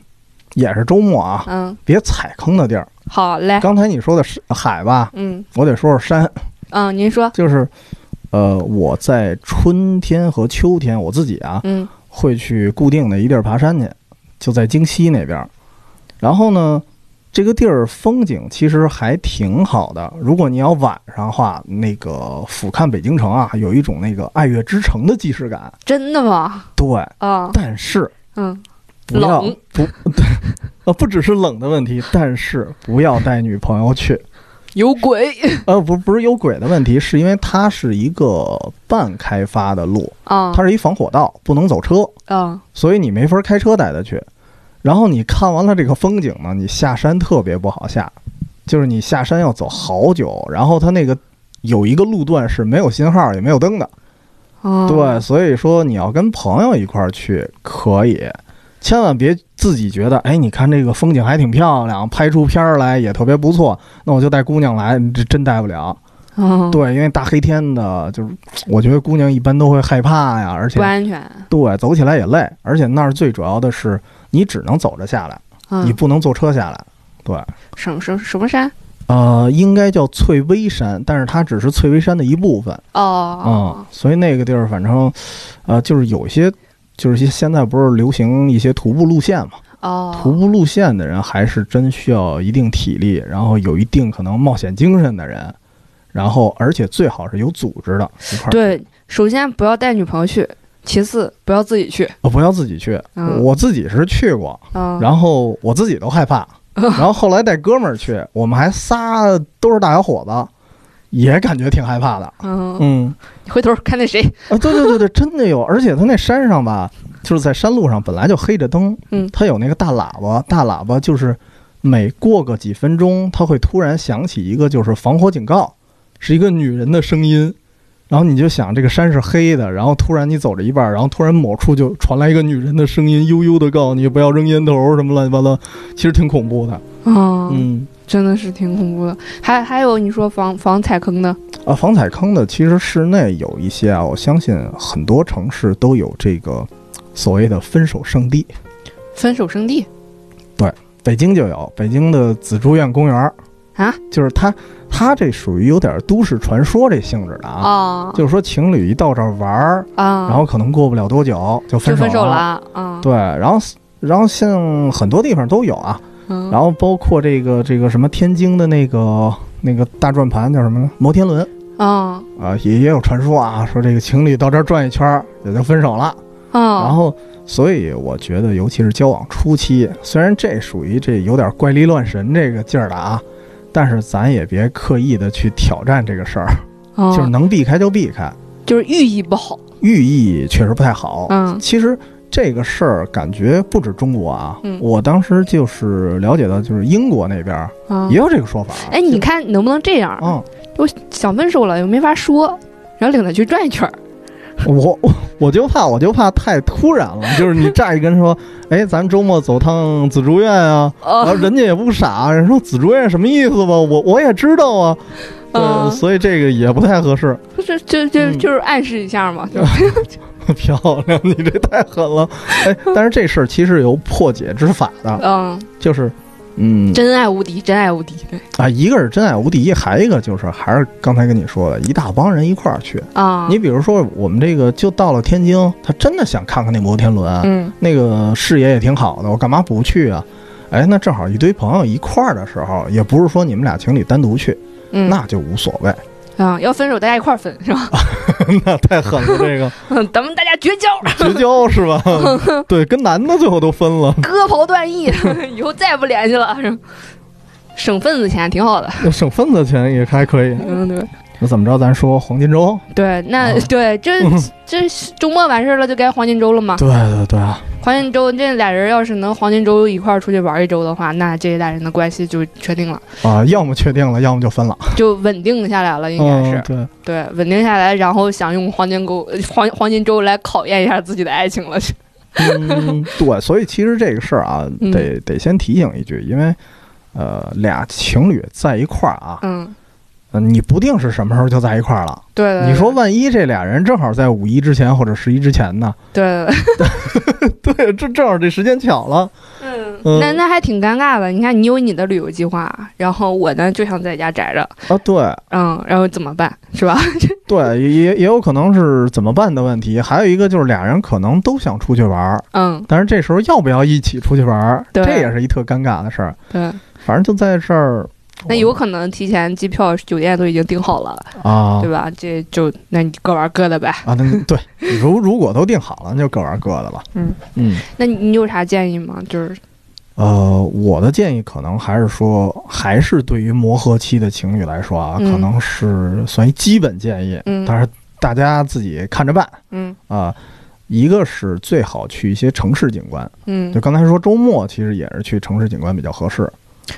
Speaker 2: 也是周末啊，
Speaker 1: 嗯，
Speaker 2: 别踩坑的地儿。
Speaker 1: 好嘞，
Speaker 2: 刚才你说的是海吧，
Speaker 1: 嗯
Speaker 2: 我得说说山，
Speaker 1: 嗯，您说，
Speaker 2: 就是，呃，我在春天和秋天我自己啊，
Speaker 1: 嗯
Speaker 2: 会去固定的一地儿爬山去，就在京西那边儿。然后呢，这个地儿风景其实还挺好的。如果你要晚上的话，那个俯瞰北京城啊，有一种那个爱乐之城的既视感。
Speaker 1: 真的吗？
Speaker 2: 对，
Speaker 1: 啊，
Speaker 2: 但是
Speaker 1: 嗯，
Speaker 2: 不要
Speaker 1: 冷
Speaker 2: 不对，呃，不只是冷的问题，但是不要带女朋友去。
Speaker 1: 有鬼
Speaker 2: 呃，不不是有鬼的问题，是因为它是一个半开发的路，
Speaker 1: 啊
Speaker 2: 它是一防火道，不能走车。
Speaker 1: 啊，
Speaker 2: 所以你没法开车带他去。然后你看完了这个风景呢，你下山特别不好下，就是你下山要走好久，然后它那个有一个路段是没有信号也没有灯的，
Speaker 1: 啊
Speaker 2: 对，，所以说你要跟朋友一块儿去可以，千万别自己觉得，哎，你看这个风景还挺漂亮，拍出片儿来也特别不错，那我就带姑娘来，这真带不了，
Speaker 1: 啊，
Speaker 2: 对，因为大黑天的，就是我觉得姑娘一般都会害怕呀，而且
Speaker 1: 不安全，
Speaker 2: 对，走起来也累，而且那儿最主要的是，你只能走着下来，
Speaker 1: 嗯
Speaker 2: 你不能坐车下来。对，
Speaker 1: 什么什么什么山？
Speaker 2: 呃，应该叫翠微山，但是它只是翠微山的一部分啊、
Speaker 1: 哦
Speaker 2: 嗯，所以那个地儿反正，呃，就是有一些，就是一些现在不是流行一些徒步路线嘛，
Speaker 1: 哦，
Speaker 2: 徒步路线的人还是真需要一定体力，然后有一定可能冒险精神的人，然后而且最好是有组织的一块儿，
Speaker 1: 对，首先不要带女朋友去，其次不要自己去。
Speaker 2: 呃不要自己去，
Speaker 1: 嗯
Speaker 2: 我自己是去过，
Speaker 1: 嗯，
Speaker 2: 然后我自己都害怕，然后后来带哥们儿去，我们还仨都是大小伙子，也感觉挺害怕的。
Speaker 1: 嗯，
Speaker 2: 嗯，
Speaker 1: 回头看那谁，
Speaker 2: 啊，对对对对，真的有，而且他那山上吧，就是在山路上本来就黑着灯，
Speaker 1: 嗯
Speaker 2: 他有那个大喇叭，大喇叭就是每过个几分钟，他会突然响起一个就是防火警告，是一个女人的声音。然后你就想这个山是黑的，然后突然你走着一半儿，然后突然某处就传来一个女人的声音，悠悠的告诉你不要扔烟头什么乱七八糟，其实挺恐怖的。
Speaker 1: 嗯，
Speaker 2: 嗯
Speaker 1: 真的是挺恐怖的。还还有你说防防踩坑的，
Speaker 2: 啊，防踩坑的其实室内有一些啊，我相信很多城市都有这个所谓的分手圣地，
Speaker 1: 分手圣地
Speaker 2: 北京就有，北京的紫竹院公园儿
Speaker 1: 啊，
Speaker 2: 就是它它这属于有点都市传说这性质的
Speaker 1: 啊
Speaker 2: 啊，就是说情侣一到这儿玩儿，
Speaker 1: 啊，
Speaker 2: 然后可能过不了多久就
Speaker 1: 就
Speaker 2: 分手
Speaker 1: 分手了啊。
Speaker 2: 对，然后然后像很多地方都有啊，
Speaker 1: 嗯，
Speaker 2: 然后包括这个这个什么天津的那个那个大转盘叫什么呢？摩天轮。
Speaker 1: 啊
Speaker 2: 啊，也也有传说啊，说这个情侣到这儿转一圈儿也就分手了。
Speaker 1: 啊，
Speaker 2: 然后，所以我觉得，尤其是交往初期，虽然这属于这有点怪力乱神这个劲儿的啊，但是咱也别刻意的去挑战这个事儿，
Speaker 1: 啊
Speaker 2: 就是能避开就避开，
Speaker 1: 就是寓意不好。
Speaker 2: 寓意确实不太好。
Speaker 1: 嗯
Speaker 2: 其实这个事儿感觉不止中国啊，
Speaker 1: 嗯
Speaker 2: 我当时就是了解到，就是英国那边儿
Speaker 1: 啊
Speaker 2: 也，有这个说法。
Speaker 1: 哎，你看能不能这样？
Speaker 2: 啊、
Speaker 1: 想分手了又没法说，然后领他去转一圈儿。
Speaker 2: 我我我就怕，我就怕太突然了。就是你乍一跟人说，哎，咱周末走趟紫竹院啊，然后
Speaker 1: 哦，
Speaker 2: 人家也不傻，人说紫竹院什么意思吧？我我也知道啊，对，
Speaker 1: 嗯
Speaker 2: 所以这个也不太合适。
Speaker 1: 不是，就就
Speaker 2: 嗯
Speaker 1: 就是暗示一下 嘛。就
Speaker 2: 漂亮，你这太狠了。哎，但是这事儿其实有破解之法的，
Speaker 1: 嗯，
Speaker 2: 就是，嗯
Speaker 1: 真爱无敌，真爱无敌。对
Speaker 2: 啊，一个是真爱无敌，还一个就是还是刚才跟你说的，一大帮人一块儿去。
Speaker 1: 啊，
Speaker 2: 你比如说，我们这个就到了天津，他真的想看看那摩天轮，啊
Speaker 1: 嗯
Speaker 2: 那个视野也挺好的，我干嘛不去啊？哎，那正好一堆朋友一块儿的时候，也不是说你们俩情侣单独去，
Speaker 1: 嗯，
Speaker 2: 那就无所 谓。
Speaker 1: 啊，要分手大家一块儿分是吧？
Speaker 2: 那太狠了，这个
Speaker 1: 嗯咱们大家绝交，
Speaker 2: 绝交是 吧？对，跟男的最后都分了，
Speaker 1: 割袍断义， 以后再也不联系了。是吧省份子钱挺好的。
Speaker 2: 省份子钱也还可以。
Speaker 1: 嗯，对
Speaker 2: 那怎么着？咱说黄金周？
Speaker 1: 对，那
Speaker 2: 啊
Speaker 1: 对这
Speaker 2: 嗯
Speaker 1: 这周末完事儿了，就该黄金周了嘛。
Speaker 2: 对对对啊！
Speaker 1: 黄金周这俩人要是能黄金周一块儿出去玩一周的话，那这俩人的关系就确定了，
Speaker 2: 啊，要么确定了，要么就分了。
Speaker 1: 就稳定下来了，应该是、
Speaker 2: 嗯、对。
Speaker 1: 对稳定下来，然后想用黄金周呃黄黄金周来考验一下自己的爱情了。
Speaker 2: 嗯， 对，所以其实这个事儿啊，
Speaker 1: 嗯
Speaker 2: 得得先提醒一句，因为呃，俩情侣在一块儿啊，
Speaker 1: 嗯，
Speaker 2: 呃你不定是什么时候就在一块儿了。
Speaker 1: 对对对
Speaker 2: 你说万一这俩人正好在五一之前或者十一之前呢？
Speaker 1: 对对对，
Speaker 2: 对，这正好这时间巧了。
Speaker 1: 嗯，那那还挺尴尬的。你看，你有你的旅游计划，然后我呢就想在家宅着，
Speaker 2: 啊，对
Speaker 1: 嗯，然后怎么办是吧？
Speaker 2: 对，也也也有可能是怎么办的问题。还有一个就是俩人可能都想出去玩儿，
Speaker 1: 嗯，
Speaker 2: 但是这时候要不要一起出去玩儿，
Speaker 1: 对
Speaker 2: 这也是一特尴尬的事儿。
Speaker 1: 对，
Speaker 2: 反正就在这儿，
Speaker 1: 那
Speaker 2: 哦
Speaker 1: 有可能提前机票、酒店都已经订好了，
Speaker 2: 啊
Speaker 1: 对吧？这就那你各玩各的呗。
Speaker 2: 啊，那对，如 如果都定好了，那就各玩各的了。
Speaker 1: 嗯
Speaker 2: 嗯。
Speaker 1: 那你你有啥建议吗？就是
Speaker 2: 呃，我的建议可能还是说，还是对于磨合期的情侣来说啊，
Speaker 1: 嗯
Speaker 2: 可能是算一基本建议，
Speaker 1: 嗯
Speaker 2: 但是大家自己看着办
Speaker 1: 嗯
Speaker 2: 啊、一个是最好去一些城市景观，
Speaker 1: 嗯
Speaker 2: 就，刚才说周末其实也是去城市景观比较合适。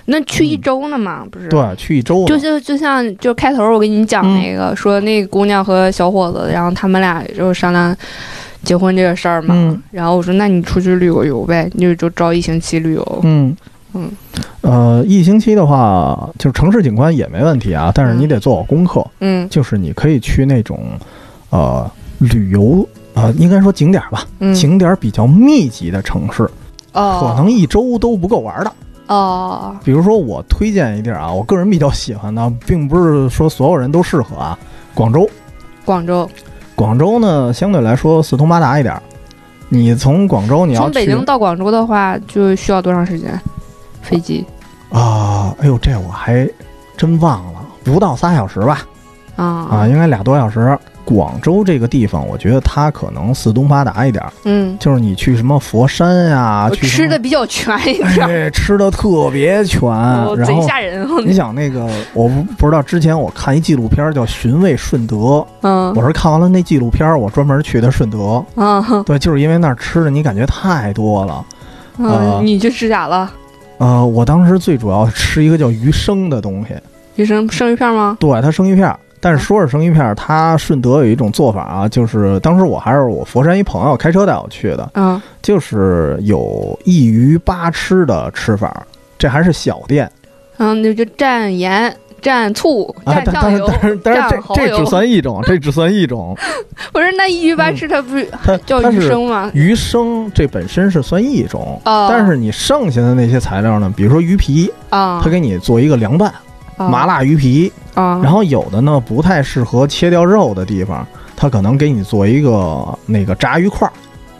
Speaker 1: 那去一周呢嘛，不是？，
Speaker 2: 对，去一周呢
Speaker 1: 就就就像就开头我跟你讲
Speaker 2: 嗯
Speaker 1: 那个、说那个姑娘和小伙子，然后他们俩就商量结婚这个事儿嘛。
Speaker 2: 嗯
Speaker 1: 然后我说那你出去旅个游呗，你就就招一星期旅游。
Speaker 2: 嗯
Speaker 1: 嗯
Speaker 2: 呃，一星期的话，就是城市景观也没问题啊，但是你
Speaker 1: 嗯
Speaker 2: 得做好功课，
Speaker 1: 嗯
Speaker 2: 就是你可以去那种呃旅游啊、呃应该说景点儿吧，
Speaker 1: 嗯，
Speaker 2: 景点儿比较密集的城市，
Speaker 1: 哦，
Speaker 2: 可能一周都不够玩儿的。
Speaker 1: 哦哦，
Speaker 2: 比如说我推荐一地儿啊，我个人比较喜欢的，并不是说所有人都适合啊。广州，
Speaker 1: 广州
Speaker 2: 广州呢相对来说四通八达一点儿。你从广州你要
Speaker 1: 从
Speaker 2: 去
Speaker 1: 北京到广州的话，就需要多长时间？飞机
Speaker 2: 啊，哎呦，这我还真忘了，不到仨小时吧？
Speaker 1: 啊
Speaker 2: 啊，应该俩多小时。广州这个地方，我觉得它可能四通八达一点儿，
Speaker 1: 嗯，
Speaker 2: 就是你去什么佛山呀、
Speaker 1: 我
Speaker 2: 啊
Speaker 1: 吃
Speaker 2: 去什么
Speaker 1: 的比较全一点儿，
Speaker 2: 哎，吃的特别全，
Speaker 1: 我
Speaker 2: 然
Speaker 1: 贼
Speaker 2: 后
Speaker 1: 吓人。啊
Speaker 2: 你想那个，我不不知道之前我看一纪录片儿叫《寻味顺德》，
Speaker 1: 嗯
Speaker 2: 我是看完了那纪录片儿，我专门去的顺德，
Speaker 1: 嗯
Speaker 2: 对，就是因为那儿吃的你感觉太多了。啊
Speaker 1: 嗯，你去吃啥了？
Speaker 2: 呃，我当时最主要吃一个叫鱼生的东西，
Speaker 1: 鱼生生鱼片吗？
Speaker 2: 对，它生鱼片儿。但是说是生鱼片儿，它顺德有一种做法啊，就是当时我还是我佛山一朋友开车带我去的，
Speaker 1: 嗯
Speaker 2: 就是有一鱼八吃的吃法儿，这还是小店。
Speaker 1: 嗯，那就蘸盐、蘸醋、
Speaker 2: 啊，
Speaker 1: 蘸
Speaker 2: 但
Speaker 1: 酱
Speaker 2: 但是
Speaker 1: 油。
Speaker 2: 但是但是
Speaker 1: 蘸蚝
Speaker 2: 这这
Speaker 1: 油
Speaker 2: 只算一种，这只算一 种。
Speaker 1: 不是，那一鱼八吃它不是
Speaker 2: 它
Speaker 1: 叫
Speaker 2: 它
Speaker 1: 鱼
Speaker 2: 是
Speaker 1: 生吗？
Speaker 2: 鱼生，这本身是算一种，
Speaker 1: 哦
Speaker 2: 但是你剩下的那些材料呢，比如说鱼皮，
Speaker 1: 啊
Speaker 2: 它，给你做一个凉拌，
Speaker 1: 哦
Speaker 2: 麻辣鱼皮。
Speaker 1: 啊，
Speaker 2: 然后有的呢不太适合切掉肉的地方，它可能给你做一个那个炸鱼块儿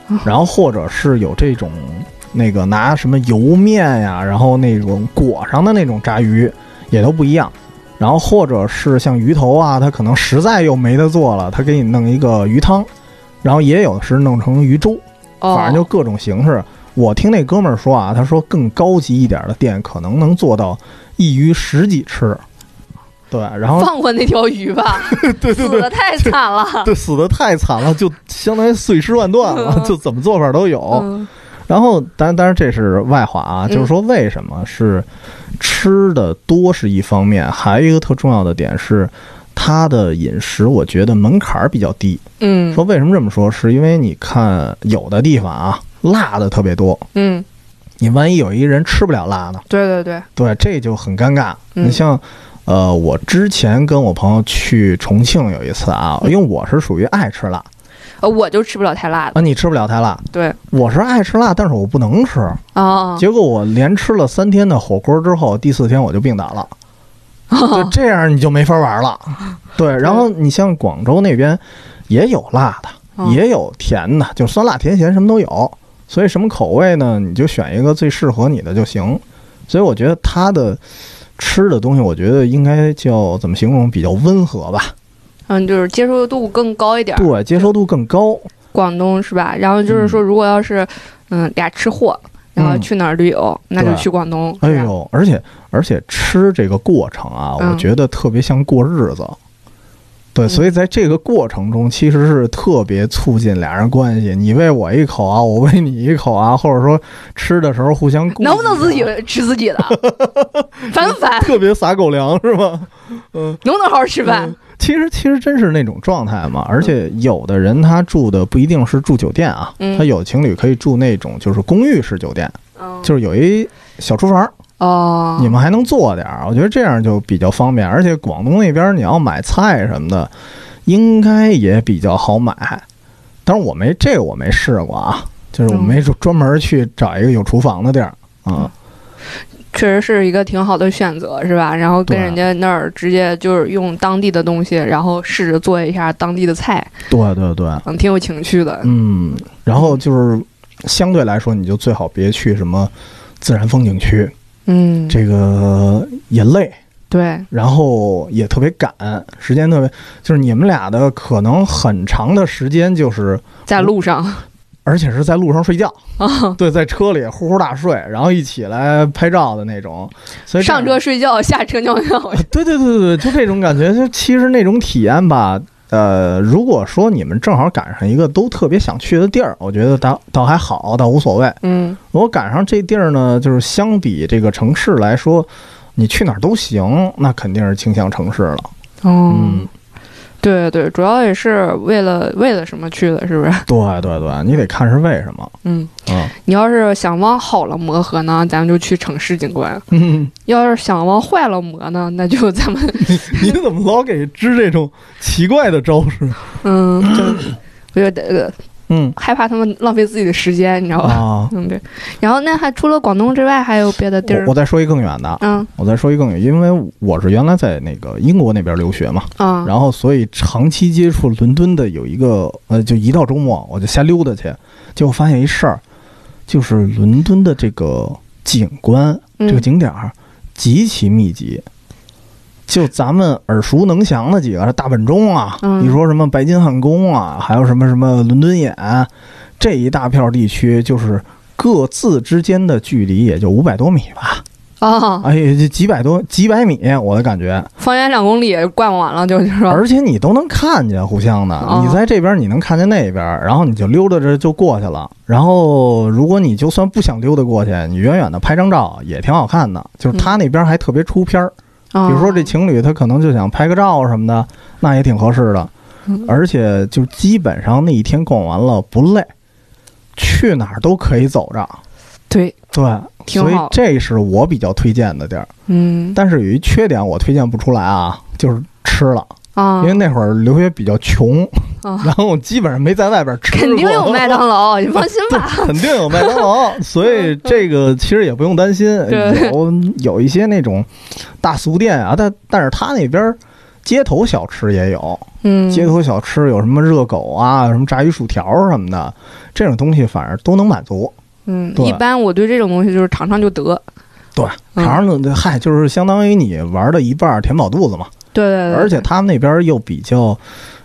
Speaker 1: 哦，
Speaker 2: 然后或者是有这种那个拿什么油面呀，然后那种裹上的那种炸鱼也都不一样。然后或者是像鱼头啊，它可能实在又没得做了，它给你弄一个鱼汤，然后也有的是弄成鱼粥，
Speaker 1: 后
Speaker 2: 反正就各种形式。我听那哥们儿说啊，他说更高级一点的店可能能做到一鱼十几吃。对，然后
Speaker 1: 放过那条鱼吧，
Speaker 2: 对对
Speaker 1: 死
Speaker 2: 对
Speaker 1: 的太惨 了。
Speaker 2: 对，死的太惨了，就相当于碎尸万段了，
Speaker 1: 嗯
Speaker 2: 就怎么做法都有。
Speaker 1: 嗯
Speaker 2: 然后，当然，当然这是外话啊，就是说为什么是吃的多是一方面，还有一个特重要的点是。它的饮食，我觉得门槛儿比较低。
Speaker 1: 嗯
Speaker 2: 说为什么这么说？是因为你看有的地方啊，辣的特别多，
Speaker 1: 嗯，
Speaker 2: 你万一有一人吃不了辣呢？
Speaker 1: 对对对，
Speaker 2: 对，这就很尴尬。
Speaker 1: 嗯
Speaker 2: 你像，呃，我之前跟我朋友去重庆有一次啊，因为我是属于爱吃辣
Speaker 1: 呃我就吃不了太辣的。
Speaker 2: 啊，你吃不了太辣。
Speaker 1: 对
Speaker 2: 我是爱吃辣，但是我不能吃。
Speaker 1: 啊，
Speaker 2: 结果我连吃了三天的火锅之后，第四天我就病倒了。 就这样你就没法玩了。对，然后你像广州那边也有辣的，
Speaker 1: 嗯
Speaker 2: 也有甜的，就酸辣甜咸什么都有。所以什么口味呢？你就选一个最适合你的就行。所以我觉得它的吃的东西，我觉得应该叫怎么形容比较温和吧？
Speaker 1: 嗯，就是接受度更高一点儿。
Speaker 2: 对，接受度更高。
Speaker 1: 广东是吧？然后就是说，如果要是嗯俩吃货，然后去哪儿旅游，那就去广东。
Speaker 2: 嗯哎
Speaker 1: 是吧，
Speaker 2: 呦，而且而且吃这个过程啊，
Speaker 1: 嗯
Speaker 2: 我觉得特别像过日子。对，
Speaker 1: 嗯
Speaker 2: 所以在这个过程中，其实是特别促进俩人关系。你喂我一口啊，我喂你一口啊，或者说吃的时候互相顾忌啊
Speaker 1: 能不能自己吃自己 的？烦不烦？
Speaker 2: 特别撒狗粮是吗？嗯，
Speaker 1: 能不能好好吃饭
Speaker 2: 嗯？其实其实真是那种状态嘛。而且有的人他住的不一定是住酒店啊，
Speaker 1: 嗯
Speaker 2: 他有情侣可以住那种就是公寓式酒店，
Speaker 1: 嗯，
Speaker 2: 就是有一小厨房，
Speaker 1: 哦，
Speaker 2: 你们还能做点儿，我觉得这样就比较方便。而且广东那边你要买菜什么的，应该也比较好买。但是我没这个我没试过啊，就是我
Speaker 1: 嗯
Speaker 2: 没专门去找一个有厨房的地儿啊。
Speaker 1: 确实是一个挺好的选择，是吧？然后跟
Speaker 2: 对
Speaker 1: 人家那儿直接就是用当地的东西，然后试着做一下当地的菜，
Speaker 2: 对对对，
Speaker 1: 嗯，挺有情趣的。
Speaker 2: 嗯，然后就是相对来说，你就最好别去什么自然风景区，
Speaker 1: 嗯，
Speaker 2: 这个也累，
Speaker 1: 对，
Speaker 2: 然后也特别赶，时间特别就是你们俩的可能很长的时间就是。
Speaker 1: 在路上
Speaker 2: 嗯而且是在路上 睡觉，
Speaker 1: 啊，
Speaker 2: 对，在车里呼呼大睡，然后一起来拍照的那种，所以这 样
Speaker 1: 上车睡觉，下车尿 尿。
Speaker 2: 对对对对，对就这种感觉，就其实那种体验吧，呃，如果说你们正好赶上一个都特别想去的地儿，我觉得倒倒还好，倒无所谓。
Speaker 1: 嗯
Speaker 2: 如果赶上这地儿呢，就是相比这个城市来说，你去哪儿都行，那肯定是倾向城市了。
Speaker 1: 哦，
Speaker 2: 嗯，
Speaker 1: 对对，主要也是为了为了什么去的，是不是？
Speaker 2: 对对对，你得看是为什么。
Speaker 1: 嗯，
Speaker 2: 嗯
Speaker 1: 你要是想往好了磨合呢，咱们就去城市景观；
Speaker 2: 嗯，
Speaker 1: 要是想往坏了磨呢，那就咱们
Speaker 2: 你怎么老给支这种奇怪的招式？
Speaker 1: 嗯，就我觉得、呃
Speaker 2: 嗯
Speaker 1: 害怕他们浪费自己的时间，你知道吧？
Speaker 2: 啊，
Speaker 1: 嗯，对。然后那还除了广东之外，还有别的地儿
Speaker 2: 我我？再说一更远的，
Speaker 1: 嗯
Speaker 2: 我再说一更远，因为我是原来在那个英国那边留学嘛，
Speaker 1: 嗯，
Speaker 2: 然后所以长期接触伦敦的有一个呃，就一到周末我就瞎溜达去，结果发现一事儿，就是伦敦的这个景观
Speaker 1: 嗯
Speaker 2: 这个景点儿极其密集。就咱们耳熟能详的几个，大本钟啊，
Speaker 1: 嗯
Speaker 2: 你说什么白金汉宫啊，还有什么什么伦敦眼，这一大片地区，就是各自之间的距离也就五百多米吧，
Speaker 1: 嗯啊，
Speaker 2: 哎，也就几百多几百米，我的感觉。
Speaker 1: 方圆两公里逛完了，就是说，
Speaker 2: 而且你都能看见互相的，
Speaker 1: 哦
Speaker 2: 你在这边你能看见那边，然后你就溜达着就过去了。然后如果你就算不想溜达过去，你远远的拍张照也挺好看的。就是
Speaker 1: 嗯
Speaker 2: 他那边还特别出片儿，
Speaker 1: 比
Speaker 2: 比如说这情侣他可能就想拍个照什么的，那也挺合适的
Speaker 1: 嗯。
Speaker 2: 而且就基本上那一天逛完了不累，去哪儿都可以走着。
Speaker 1: 对，
Speaker 2: 对，
Speaker 1: 挺
Speaker 2: 所以
Speaker 1: 好
Speaker 2: 这是我比较推荐的地儿。
Speaker 1: 嗯
Speaker 2: 但是有一缺点我推荐不出来啊，就是吃了。
Speaker 1: 啊
Speaker 2: 因，为那会儿留学比较 穷，
Speaker 1: 啊
Speaker 2: 然后基本上没在外边吃过，
Speaker 1: 肯定有麦当劳，你放心吧。
Speaker 2: 肯定有麦当劳，所以这个其实也不用担心。
Speaker 1: 对
Speaker 2: 有有一些那种大俗店啊，但但是他那边街头小吃也有，
Speaker 1: 嗯，
Speaker 2: 街头小吃有什么热狗啊，什么炸鱼薯条什么的，这种东西反正都能满足。
Speaker 1: 嗯，
Speaker 2: 对
Speaker 1: 一般我对这种东西就是尝尝就得。
Speaker 2: 对，
Speaker 1: 嗯
Speaker 2: 尝尝呢，嗨，就是相当于你玩的一半儿填饱肚子嘛。
Speaker 1: 对对对，
Speaker 2: 而且他们那边又比较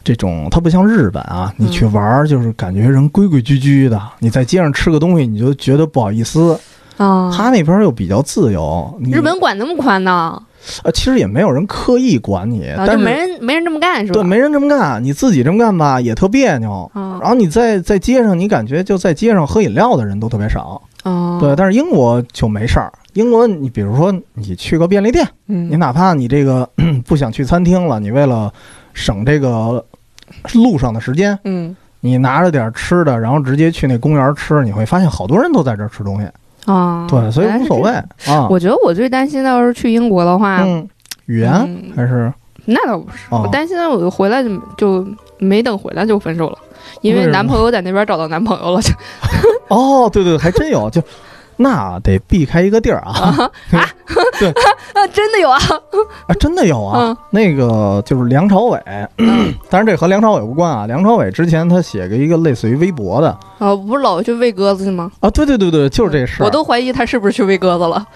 Speaker 2: 这种，它不像日本啊，你
Speaker 1: 嗯
Speaker 2: 去玩儿就是感觉人规规矩矩的，你在街上吃个东西你就觉得不好意思。
Speaker 1: 啊，
Speaker 2: 他那边又比较自由，你
Speaker 1: 日本管那么宽呢，
Speaker 2: 呃其实也没有人刻意管你，
Speaker 1: 啊
Speaker 2: 哎
Speaker 1: 就
Speaker 2: 但
Speaker 1: 是没人没人这么干是吧？
Speaker 2: 对没人这么干，你自己这么干吧也特别扭。
Speaker 1: 啊
Speaker 2: 然后你在在街上，你感觉就在街上喝饮料的人都特别少，
Speaker 1: 啊，
Speaker 2: 对。，但是英国就没事儿，英国你比如说你去个便利店，你
Speaker 1: 嗯
Speaker 2: 哪怕你这个 不想去餐厅了，你为了省这个路上的时间，
Speaker 1: 嗯
Speaker 2: 你拿着点吃的，然后直接去那公园吃，你会发现好多人都在这儿吃东西。
Speaker 1: 啊，
Speaker 2: 对，所以
Speaker 1: 原来
Speaker 2: 无
Speaker 1: 是
Speaker 2: 所
Speaker 1: 这
Speaker 2: 谓
Speaker 1: 样。
Speaker 2: 啊。
Speaker 1: 我觉得我最担心的要是去英国的话，
Speaker 2: 嗯，语言
Speaker 1: 嗯
Speaker 2: 还是
Speaker 1: 那倒不是，
Speaker 2: 哦
Speaker 1: 我担心我回来就就没等回来就分手了，因
Speaker 2: 为
Speaker 1: 为
Speaker 2: 什么
Speaker 1: 男朋友在那边找到男朋友了，就
Speaker 2: 哦，对对，还真有，就那得避开一个地儿啊。
Speaker 1: 啊，真的有啊，
Speaker 2: 啊，真的有啊。
Speaker 1: 嗯
Speaker 2: 那个就是梁朝伟， 当然这和梁朝伟无关啊。梁朝伟之前他写过一个类似于微博的
Speaker 1: 啊，我不是老去喂鸽子去吗？
Speaker 2: 啊，对对对对，就是这事儿。
Speaker 1: 我都怀疑他是不是去喂鸽子了。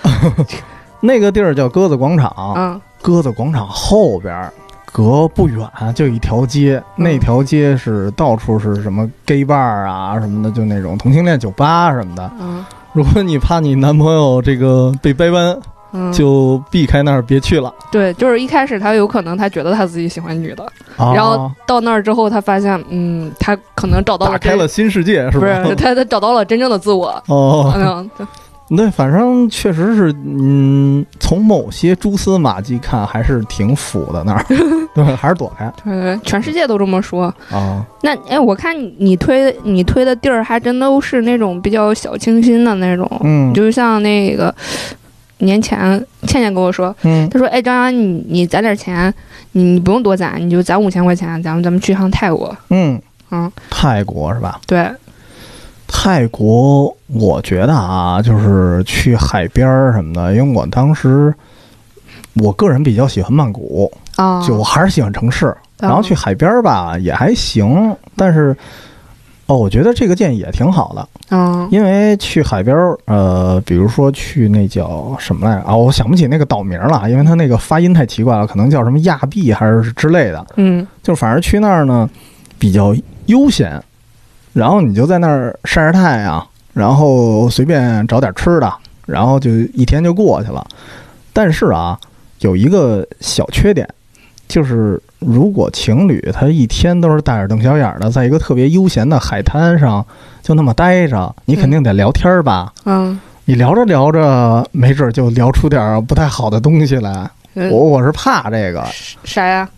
Speaker 2: 那个地儿叫鸽子广场。
Speaker 1: 嗯
Speaker 2: 鸽子广场后边儿隔不远就一条街，
Speaker 1: 嗯
Speaker 2: 那条街是到处是什么 gay bar 啊什么的，就那种同性恋酒吧什么的。
Speaker 1: 嗯
Speaker 2: 如果你怕你男朋友这个被掰弯，
Speaker 1: 嗯，
Speaker 2: 就避开那儿别去了。
Speaker 1: 对，就是一开始他有可能他觉得他自己喜欢女的，
Speaker 2: 啊
Speaker 1: 然后到那儿之后他发现，嗯，他可能找到
Speaker 2: 打
Speaker 1: 了
Speaker 2: 开
Speaker 1: 真
Speaker 2: 了新世界，是
Speaker 1: 不
Speaker 2: 吧？
Speaker 1: 是他他找到了真正的自我。
Speaker 2: 哦，
Speaker 1: 嗯，对
Speaker 2: 那反正确实是，嗯，从某些蛛丝马迹看，还是挺腐的 那儿，对，还是躲开
Speaker 1: 对，全世界都这么说。
Speaker 2: 啊。
Speaker 1: 那哎，我看你推你推的地儿还真都是那种比较小清新的那种，
Speaker 2: 嗯
Speaker 1: 就像那个年前倩倩跟我说，
Speaker 2: 嗯
Speaker 1: 她说：“哎，张扬，你你攒点钱，你你不用多攒，你就攒五千块钱，咱们咱们去趟泰国。
Speaker 2: 嗯，”
Speaker 1: 嗯，
Speaker 2: 泰国是吧？
Speaker 1: 对，
Speaker 2: 泰国，我觉得啊，就是去海边儿什么的，因为我当时我个人比较喜欢曼谷，
Speaker 1: 啊，
Speaker 2: 就我还是喜欢城
Speaker 1: 哦
Speaker 2: 市，然后去海边儿吧也还行，但是哦，我觉得这个建议也挺好的，
Speaker 1: 嗯
Speaker 2: 因为去海边儿，呃，比如说去那叫什么来着啊，我想不起那个岛名了，因为它那个发音太奇怪了，可能叫什么亚庇还是之类的，
Speaker 1: 嗯
Speaker 2: 就反正去那儿呢比较悠闲，然后你就在那儿晒晒太阳，然后随便找点吃的，然后就一天就过去了。但是啊，有一个小缺点，就是如果情侣他一天都是大眼瞪小眼儿的，在一个特别悠闲的海滩上就那么待着，你肯定得聊天儿吧？
Speaker 1: 嗯，
Speaker 2: 你聊着聊着，没准儿就聊出点儿不太好的东西来。
Speaker 1: 嗯
Speaker 2: 我我是怕这个，
Speaker 1: 啥呀？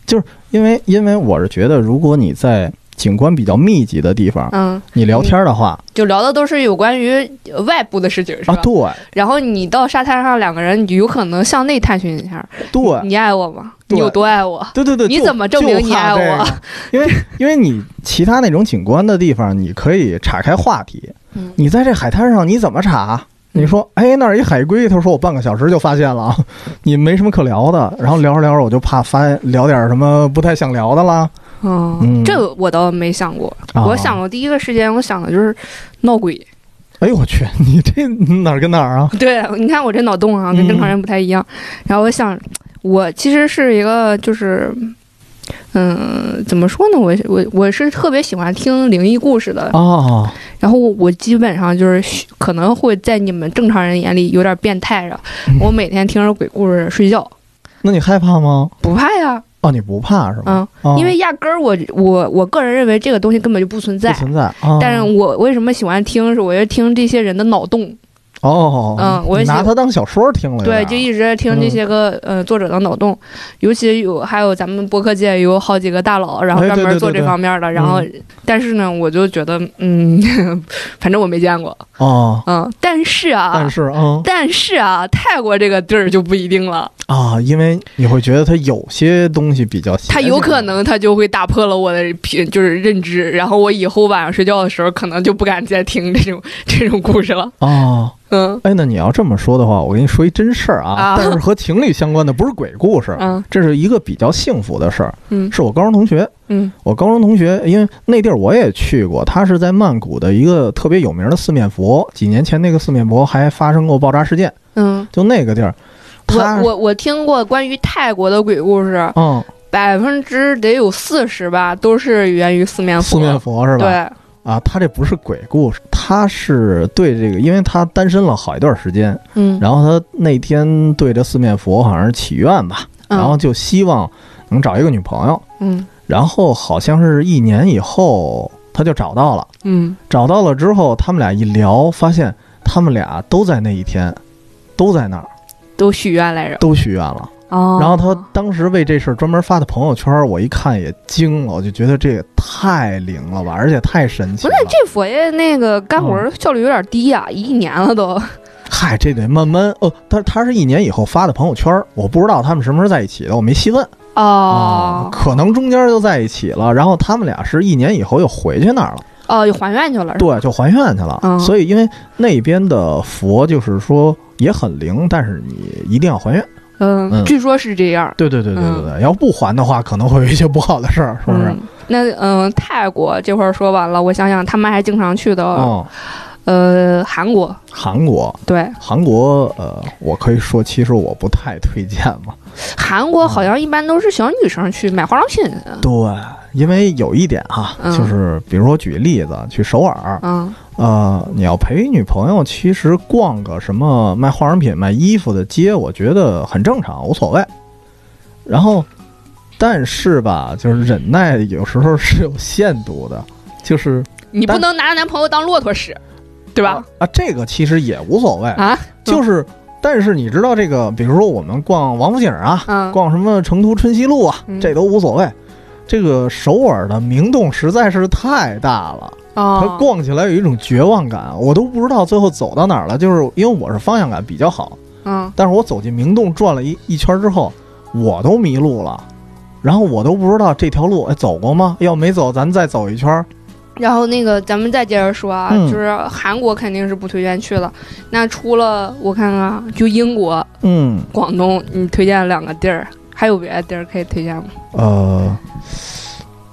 Speaker 2: 因为因为我是觉得，如果你在景观比较密集的地方，
Speaker 1: 嗯，
Speaker 2: 你聊天的话
Speaker 1: 就聊的都是有关于外部的事情，是吧？
Speaker 2: 啊，对
Speaker 1: 然后你到沙滩上，两个人有可能向内探寻一下，
Speaker 2: 对
Speaker 1: 你爱我吗？
Speaker 2: 对
Speaker 1: 你有多爱我？
Speaker 2: 对对对，
Speaker 1: 你
Speaker 2: 就
Speaker 1: 怎么证明
Speaker 2: 就
Speaker 1: 你爱
Speaker 2: 怕这
Speaker 1: 我
Speaker 2: 个？ 因为因为你其他那种景观的地方，你可以岔开话题。
Speaker 1: 嗯
Speaker 2: 你在这海滩上你怎么岔？你说，哎，那儿一海龟，他说我半个小时就发现了， 你没什么可聊的。然后聊着聊着，我就怕发现聊点什么不太想聊的啦。嗯
Speaker 1: 嗯，这个我倒没想过。
Speaker 2: 啊
Speaker 1: 我想，过第一个时间，我想的就是闹鬼。
Speaker 2: 哎呦我去，你这哪儿跟 哪儿啊？
Speaker 1: 对，你看我这脑洞啊，跟正常
Speaker 2: 嗯
Speaker 1: 人不太一样。然后我想，我其实是一个就是，嗯，怎么说呢？我我我是特别喜欢听灵异故事的。
Speaker 2: 哦，
Speaker 1: 然后我基本上就是嘘可能会在你们正常人眼里有点变态了。
Speaker 2: 嗯
Speaker 1: 我每天听着鬼故事睡觉，
Speaker 2: 那你害怕吗？
Speaker 1: 不怕呀，
Speaker 2: 哦，你不怕是吗？
Speaker 1: 嗯，
Speaker 2: 哦
Speaker 1: 因为压根儿我我我个人认为这个东西根本就不存在
Speaker 2: 不。存在。哦
Speaker 1: 但是我为什么喜欢听？是我就听这些人的脑洞，
Speaker 2: 哦，
Speaker 1: 嗯我也
Speaker 2: 你拿
Speaker 1: 喜
Speaker 2: 它当小说听了有点儿。啊
Speaker 1: 对，就一直在听
Speaker 2: 嗯
Speaker 1: 这些个、呃作者的脑洞，尤其有还有咱们播客界有好几个大佬，然后
Speaker 2: 哎
Speaker 1: 专
Speaker 2: 对
Speaker 1: 门
Speaker 2: 对
Speaker 1: 做
Speaker 2: 对
Speaker 1: 这
Speaker 2: 对嗯
Speaker 1: 方面的，然后、但是呢，我就觉得嗯， 反正我没见过，
Speaker 2: 哦，
Speaker 1: 嗯，但是啊，
Speaker 2: 但是嗯，
Speaker 1: 但是啊，泰国这个地儿就不一定了，
Speaker 2: 啊，因为你会觉得它有些东西比较邪性，
Speaker 1: 它有可能它就会打破了我的平就是认知，然后我以后晚上睡觉的时候可能就不敢再听这种这种故事了。
Speaker 2: 啊。
Speaker 1: 嗯
Speaker 2: 哎，那你要这么说的话，我跟你说一真事儿啊，
Speaker 1: 啊
Speaker 2: 但是和情侣相关的，不是鬼故事，
Speaker 1: 嗯
Speaker 2: 这是一个比较幸福的事儿。
Speaker 1: 嗯
Speaker 2: 是我高中同学，
Speaker 1: 嗯
Speaker 2: 我高中同学，因为那地儿我也去过，他是在曼谷的一个特别有名的四面佛，几年前那个四面佛还发生过爆炸事件，
Speaker 1: 嗯，
Speaker 2: 就那个地儿，他
Speaker 1: 我我我听过关于泰国的鬼故事，
Speaker 2: 嗯，
Speaker 1: 百分之得有四十吧，都是源于四面佛。
Speaker 2: 四面佛是吧？
Speaker 1: 对，
Speaker 2: 啊，他这不是鬼故事，他是对这个，因为他单身了好一段时间，
Speaker 1: 嗯，
Speaker 2: 然后他那天对着四面佛好像是祈愿吧，
Speaker 1: 嗯
Speaker 2: 然后就希望能找一个女朋友，
Speaker 1: 嗯
Speaker 2: 然后好像是一年以后他就找到了，
Speaker 1: 嗯
Speaker 2: 找到了之后他们俩一聊，发现他们俩都在那一天，都在那儿
Speaker 1: 都许愿来着。
Speaker 2: 都许愿了。
Speaker 1: 哦，
Speaker 2: 然后他当时为这事儿专门发的朋友圈，我一看也惊了，我就觉得这也太灵了吧，而且太神奇
Speaker 1: 不
Speaker 2: 了
Speaker 1: 是。这佛爷那个干活效率有点低
Speaker 2: 哦
Speaker 1: 呀、一年了都。
Speaker 2: 嗨，这得慢慢哦，他他是一年以后发的朋友圈，我不知道他们什么时候在一起的，我没细问。啊
Speaker 1: 哦
Speaker 2: 可能中间就在一起了，然后他们俩是一年以后又回去那儿了，
Speaker 1: 哦，又还愿去了。是吧，
Speaker 2: 对，就还愿去了。
Speaker 1: 嗯
Speaker 2: 所以因为那边的佛就是说也很灵，但是你一定要还愿。嗯
Speaker 1: 嗯，据说是这样，
Speaker 2: 对对对对对对，要不还的话，可能会有一些不好的事儿，是不是？
Speaker 1: 嗯那嗯，泰国这会儿说完了，我想想，他们还经常去的、
Speaker 2: 哦，
Speaker 1: 呃韩国，
Speaker 2: 韩国，
Speaker 1: 对，
Speaker 2: 韩国，呃，我可以说，其实我不太推荐嘛。
Speaker 1: 韩国好像一般都是小女生去买化妆品，
Speaker 2: 对，因为有一点哈、
Speaker 1: 嗯
Speaker 2: 就是比如说举例子，去首尔，
Speaker 1: 嗯
Speaker 2: 呃，你要陪女朋友，其实逛个什么卖化妆品、卖衣服的街，我觉得很正常，无所谓。然后，但是吧，就是忍耐有时候是有限度的，就是
Speaker 1: 你不
Speaker 2: 但
Speaker 1: 能拿男朋友当骆驼使， 对吧
Speaker 2: 啊？这个其实也无所谓，
Speaker 1: 啊，
Speaker 2: 就是但是你知道这个，比如说我们逛王府井啊，
Speaker 1: 嗯
Speaker 2: 逛什么成都春熙路啊，
Speaker 1: 嗯
Speaker 2: 这都无所谓。这个首尔的明洞实在是太大了。它
Speaker 1: 哦，
Speaker 2: 逛起来有一种绝望感，我都不知道最后走到哪儿了。就是因为我是方向感比较好，
Speaker 1: 嗯
Speaker 2: 但是我走进明洞转了一一圈之后，我都迷路了，然后我都不知道这条路哎走过吗？要没走，咱再走一圈儿。
Speaker 1: 然后那个咱们再接着说啊，
Speaker 2: 嗯
Speaker 1: 就是韩国肯定是不推荐去了，那除了我看看啊，就英国、
Speaker 2: 嗯，
Speaker 1: 广东，你推荐两个地儿，还有别的地儿可以推荐吗？
Speaker 2: 呃，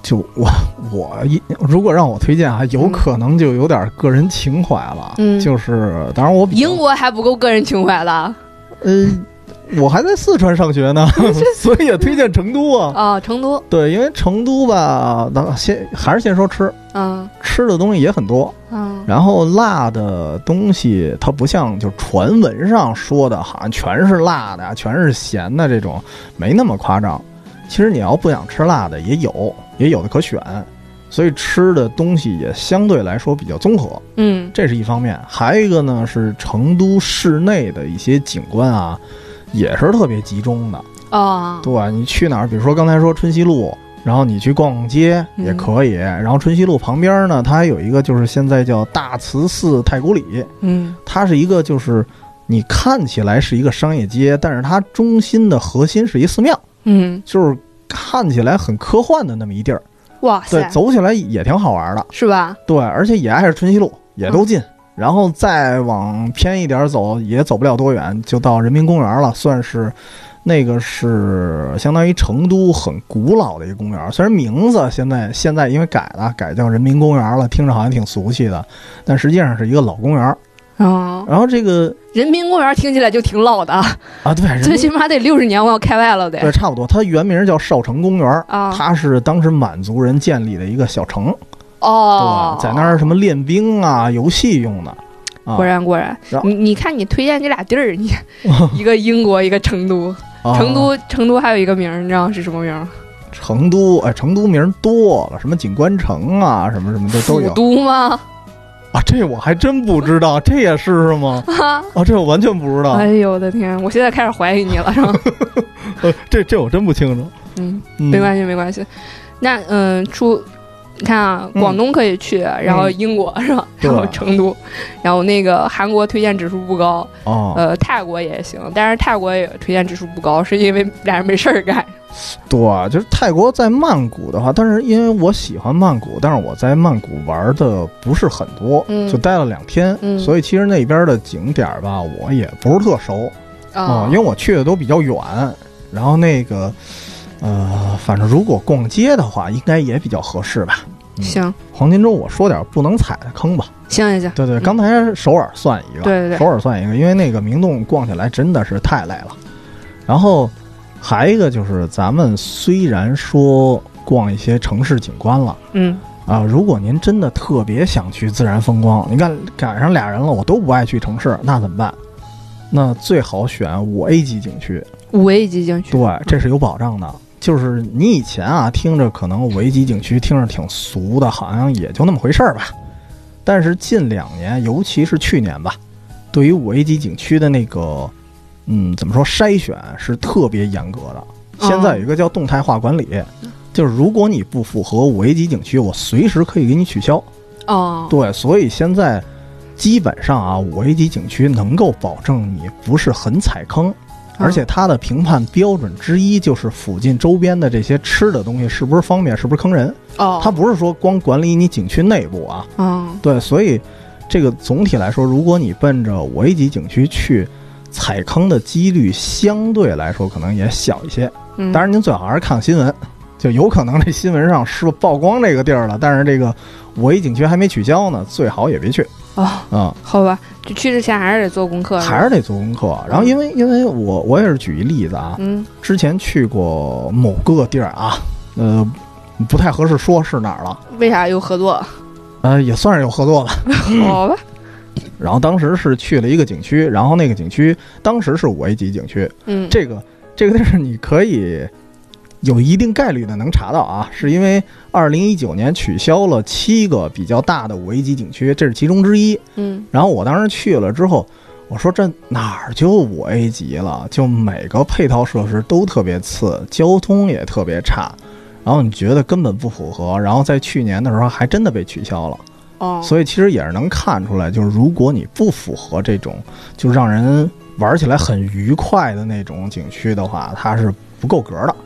Speaker 2: 就我我一如果让我推荐啊，有
Speaker 1: 嗯
Speaker 2: 可能就有点个人情怀了。
Speaker 1: 嗯
Speaker 2: 就是当然我比较
Speaker 1: 英国还不够个人情怀了
Speaker 2: 呃，我还在四川 上学呢，所以也推荐成都啊。
Speaker 1: 啊、成都，
Speaker 2: 对，因为成都吧，咱先还是先说吃，
Speaker 1: 嗯
Speaker 2: 吃的东西也很多，
Speaker 1: 嗯
Speaker 2: 然后辣的东西它不像就传闻上说的，好像全是辣的，全是咸的这种，没那么夸张。其实你要不想吃辣的也有，也有的可选，所以吃的东西也相对来说比较综合，
Speaker 1: 嗯
Speaker 2: 这是一方面。还有一个呢是成都市内的一些景观啊，也是特别集中的。
Speaker 1: 啊，
Speaker 2: 对，你去哪儿？比如说刚才说春熙路，然后你去逛逛街也可以。然后春熙路旁边呢，它还有一个就是现在叫大慈寺太古里，
Speaker 1: 嗯
Speaker 2: 它是一个就是你看起来是一个商业街，但是它中心的核心是一寺庙，
Speaker 1: 嗯，
Speaker 2: 就是看起来很科幻的那么一地儿。
Speaker 1: 哇
Speaker 2: 对
Speaker 1: 塞，，
Speaker 2: 走起来也挺好玩的。
Speaker 1: 是吧？
Speaker 2: 对，而且也挨着春熙路，也都
Speaker 1: 嗯
Speaker 2: 近。然后再往偏一点走，也走不了多远，就到人民公园了，算是。那个是相当于成都很古老的一个公园，虽然名字现在现在因为改了，改叫人民公园了，听着好像挺俗气的，但实际上是一个老公园。
Speaker 1: 嗯，
Speaker 2: 然后这个
Speaker 1: 人民公园听起来就挺老的，
Speaker 2: 啊，对，人
Speaker 1: 最
Speaker 2: 民
Speaker 1: 起码得六十年我要开外了
Speaker 2: 对
Speaker 1: 得
Speaker 2: 差不多，它原名叫少城公园，
Speaker 1: 啊
Speaker 2: 它是当时满族人建立的一个小城，
Speaker 1: 哦，
Speaker 2: 对，在那儿什么练兵啊、游戏用的。啊
Speaker 1: 果然果然
Speaker 2: 然，后
Speaker 1: 你你看你推荐这俩地儿， 你一个英国，一个成都，
Speaker 2: 啊
Speaker 1: 成都成都还有一个名儿，你知道是什么名儿吗？
Speaker 2: 成都，哎，成都名儿多了，什么景观城啊，什么什么的都
Speaker 1: 古
Speaker 2: 有
Speaker 1: 都吗？
Speaker 2: 啊。这我还真不知道，这也是 是吗？啊，这我完全不知道，
Speaker 1: 哎呦我的天，我现在开始怀疑你了，是吧？
Speaker 2: 呃这这我真不清楚。
Speaker 1: 嗯，
Speaker 2: 嗯、
Speaker 1: 没关系没关系。那嗯，出你看啊，
Speaker 2: 嗯
Speaker 1: 广东可以去，然后
Speaker 2: 嗯
Speaker 1: 英国是吧？
Speaker 2: 对
Speaker 1: 然后成都，然后那个韩国推荐指数不高，
Speaker 2: 哦，
Speaker 1: 呃，泰国也行，但是泰国也推荐指数不高，是因为俩人没事儿干。
Speaker 2: 对，就是泰国在曼谷的话，但是因为我喜欢曼谷，但是我在曼谷玩的不是很多，
Speaker 1: 嗯
Speaker 2: 就待了两天，
Speaker 1: 嗯
Speaker 2: 所以其实那边的景点儿吧，我也不是特熟。
Speaker 1: 哦
Speaker 2: 啊、因为我去的都比较远，然后那个，呃，反正如果逛街的话，应该也比较合适吧。嗯
Speaker 1: 行
Speaker 2: 黄金周我说点不能踩的坑吧。
Speaker 1: 行行行，
Speaker 2: 对对，
Speaker 1: 嗯
Speaker 2: 刚才首尔算一个，
Speaker 1: 对对
Speaker 2: 首
Speaker 1: 对，
Speaker 2: 尔算一个，因为那个明洞逛起来真的是太累了。然后还一个就是，咱们虽然说逛一些城市景观了。
Speaker 1: 嗯，
Speaker 2: 啊，如果您真的特别想去自然风光，你看赶上俩人了，我都不爱去城市，那怎么办？那最好选五 A 级景区，
Speaker 1: 五 A 级景区，
Speaker 2: 对，这是有保障的。就是你以前啊，听着可能五 A 级景区听着挺俗的，好像也就那么回事儿吧。但是近两年，尤其是去年吧，对于五 A 级景区的那个，嗯，怎么说筛选是特别严格的。现在有一个叫动态化管理，就是如果你不符合五 A 级景区，我随时可以给你取消。
Speaker 1: 哦，
Speaker 2: 对，所以现在基本上啊，五 A 级景区能够保证你不是很踩坑，
Speaker 1: 啊
Speaker 2: 而
Speaker 1: 嗯
Speaker 2: 且它的评判标准之一就是附近周边的这些吃的东西是不是方便，是不是坑人。
Speaker 1: 哦，
Speaker 2: 它不是说光管理你景区内部啊，
Speaker 1: 嗯
Speaker 2: 对，所以这个总体来说，如果你奔着五 A 级景区去。踩坑的几率相对来说可能也小一些，
Speaker 1: 嗯，
Speaker 2: 当然您最好还是看新闻，就有可能这新闻上说曝光这个地儿了，但是这个五 A 景区还没取消呢，最好也别去。
Speaker 1: 哦，
Speaker 2: 啊、
Speaker 1: 好吧，就去之前还是得做功课，
Speaker 2: 还
Speaker 1: 是吧
Speaker 2: 是得做功课。啊然后，因为因为我我也是举一例子啊，
Speaker 1: 嗯
Speaker 2: 之前去过某个地儿啊，呃，不太合适说是哪儿了，
Speaker 1: 为啥有合 作？
Speaker 2: 呃，也算是有合作吧。
Speaker 1: 好吧，
Speaker 2: 然后当时是去了一个景区，然后那个景区当时是五 A 级景区，
Speaker 1: 嗯，
Speaker 2: 这个这个地儿你可以有一定概率的能查到啊，是因为二零一九年取消了七个比较大的五 A 级景区，这是其中之一。
Speaker 1: 嗯
Speaker 2: 然后我当时去了之后，我说这哪儿就五 A 级了，就每个配套设施都特别次，交通也特别差，然后你觉得根本不符合，然后在去年的时候还真的被取消了。
Speaker 1: 哦，
Speaker 2: 所以其实也是能看出来，就是如果你不符合这种就让人玩起来很愉快的那种景区的话，它是不够格的。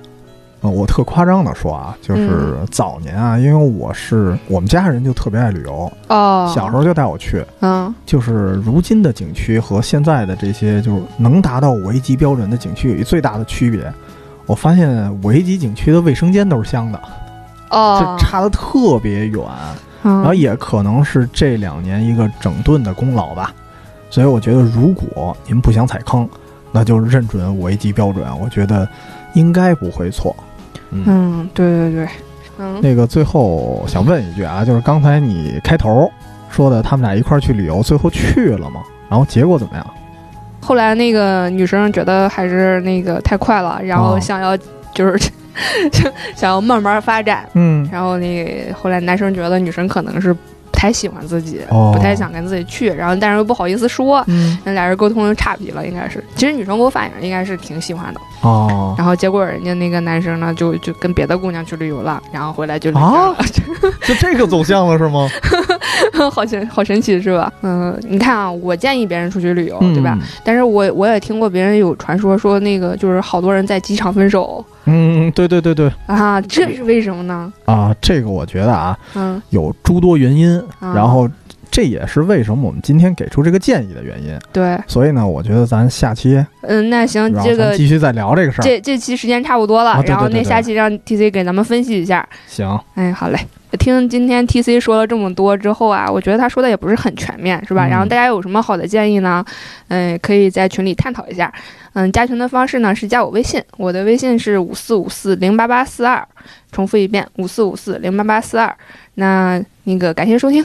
Speaker 2: 呃，我特夸张的说啊，就是早年啊，因为我是我们家人就特别爱旅游，
Speaker 1: 哦，
Speaker 2: 小时候就带我去，
Speaker 1: 嗯
Speaker 2: 就是如今的景区和现在的这些就是能达到五 A 级标准的景区有一最大的区别。我发现五 A 级景区的卫生间都是香的，
Speaker 1: 哦嗯
Speaker 2: 就，差的特别远，
Speaker 1: 然
Speaker 2: 然后也可能是这两年一个整顿的功劳吧。所以我觉得，如果您不想踩坑，那就认准五 A 级标准，我觉得应该不会错。嗯，
Speaker 1: 嗯，对对对，嗯
Speaker 2: 那个最后想问一句啊，就是刚才你开头说的，他们俩一块儿去旅游，最后去了吗？然后结果怎么样？
Speaker 1: 后来那个女生觉得还是那个太快了，然后
Speaker 2: 哦
Speaker 1: 想要就是 想要慢慢发展，
Speaker 2: 嗯，
Speaker 1: 然后那个后来男生觉得女生可能是不太喜欢自己，
Speaker 2: 哦
Speaker 1: 不太想跟自己去，然后但是又不好意思说，
Speaker 2: 嗯，
Speaker 1: 那俩人沟通就差皮了，应该是。其实女生给我反应应该是挺喜欢的，
Speaker 2: 哦，
Speaker 1: 然后结果人家那个男生呢，就就跟别的姑娘去旅游了，然后回来就离
Speaker 2: 啊
Speaker 1: 了，
Speaker 2: 就这个走向了是 吗？
Speaker 1: 好神好神奇是吧？嗯，你看啊，我建议别人出去旅游，
Speaker 2: 哦嗯
Speaker 1: 对吧？？但是我我也听过别人有传说说那个就是好多人在机场分手
Speaker 2: 嗯，对对对对
Speaker 1: 啊，这是为什么呢？
Speaker 2: 啊，这个我觉得啊
Speaker 1: 嗯，
Speaker 2: 有诸多原因，
Speaker 1: 啊
Speaker 2: 然后这也是为什么我们今天给出这个建议的原因。
Speaker 1: 对，
Speaker 2: 所以呢，我觉得咱下期
Speaker 1: 嗯，那行
Speaker 2: 然，后
Speaker 1: 这
Speaker 2: 咱
Speaker 1: 个
Speaker 2: 继续再聊这个事儿。
Speaker 1: 这这期时间差不多了，
Speaker 2: 啊对
Speaker 1: 然后
Speaker 2: 对对
Speaker 1: 那
Speaker 2: 对
Speaker 1: 下期让 T C 给咱们分析一下。
Speaker 2: 行，
Speaker 1: 哎，好嘞。听今天 T C 说了这么多之后啊，我觉得他说的也不是很全面，是吧？
Speaker 2: 嗯
Speaker 1: 然后大家有什么好的建议呢？嗯，可以在群里探讨一下。嗯，加群的方式呢是加我微信，我的微信是五四五四零八八四二，重复一遍五四五四零八八四二。那那个感谢收听，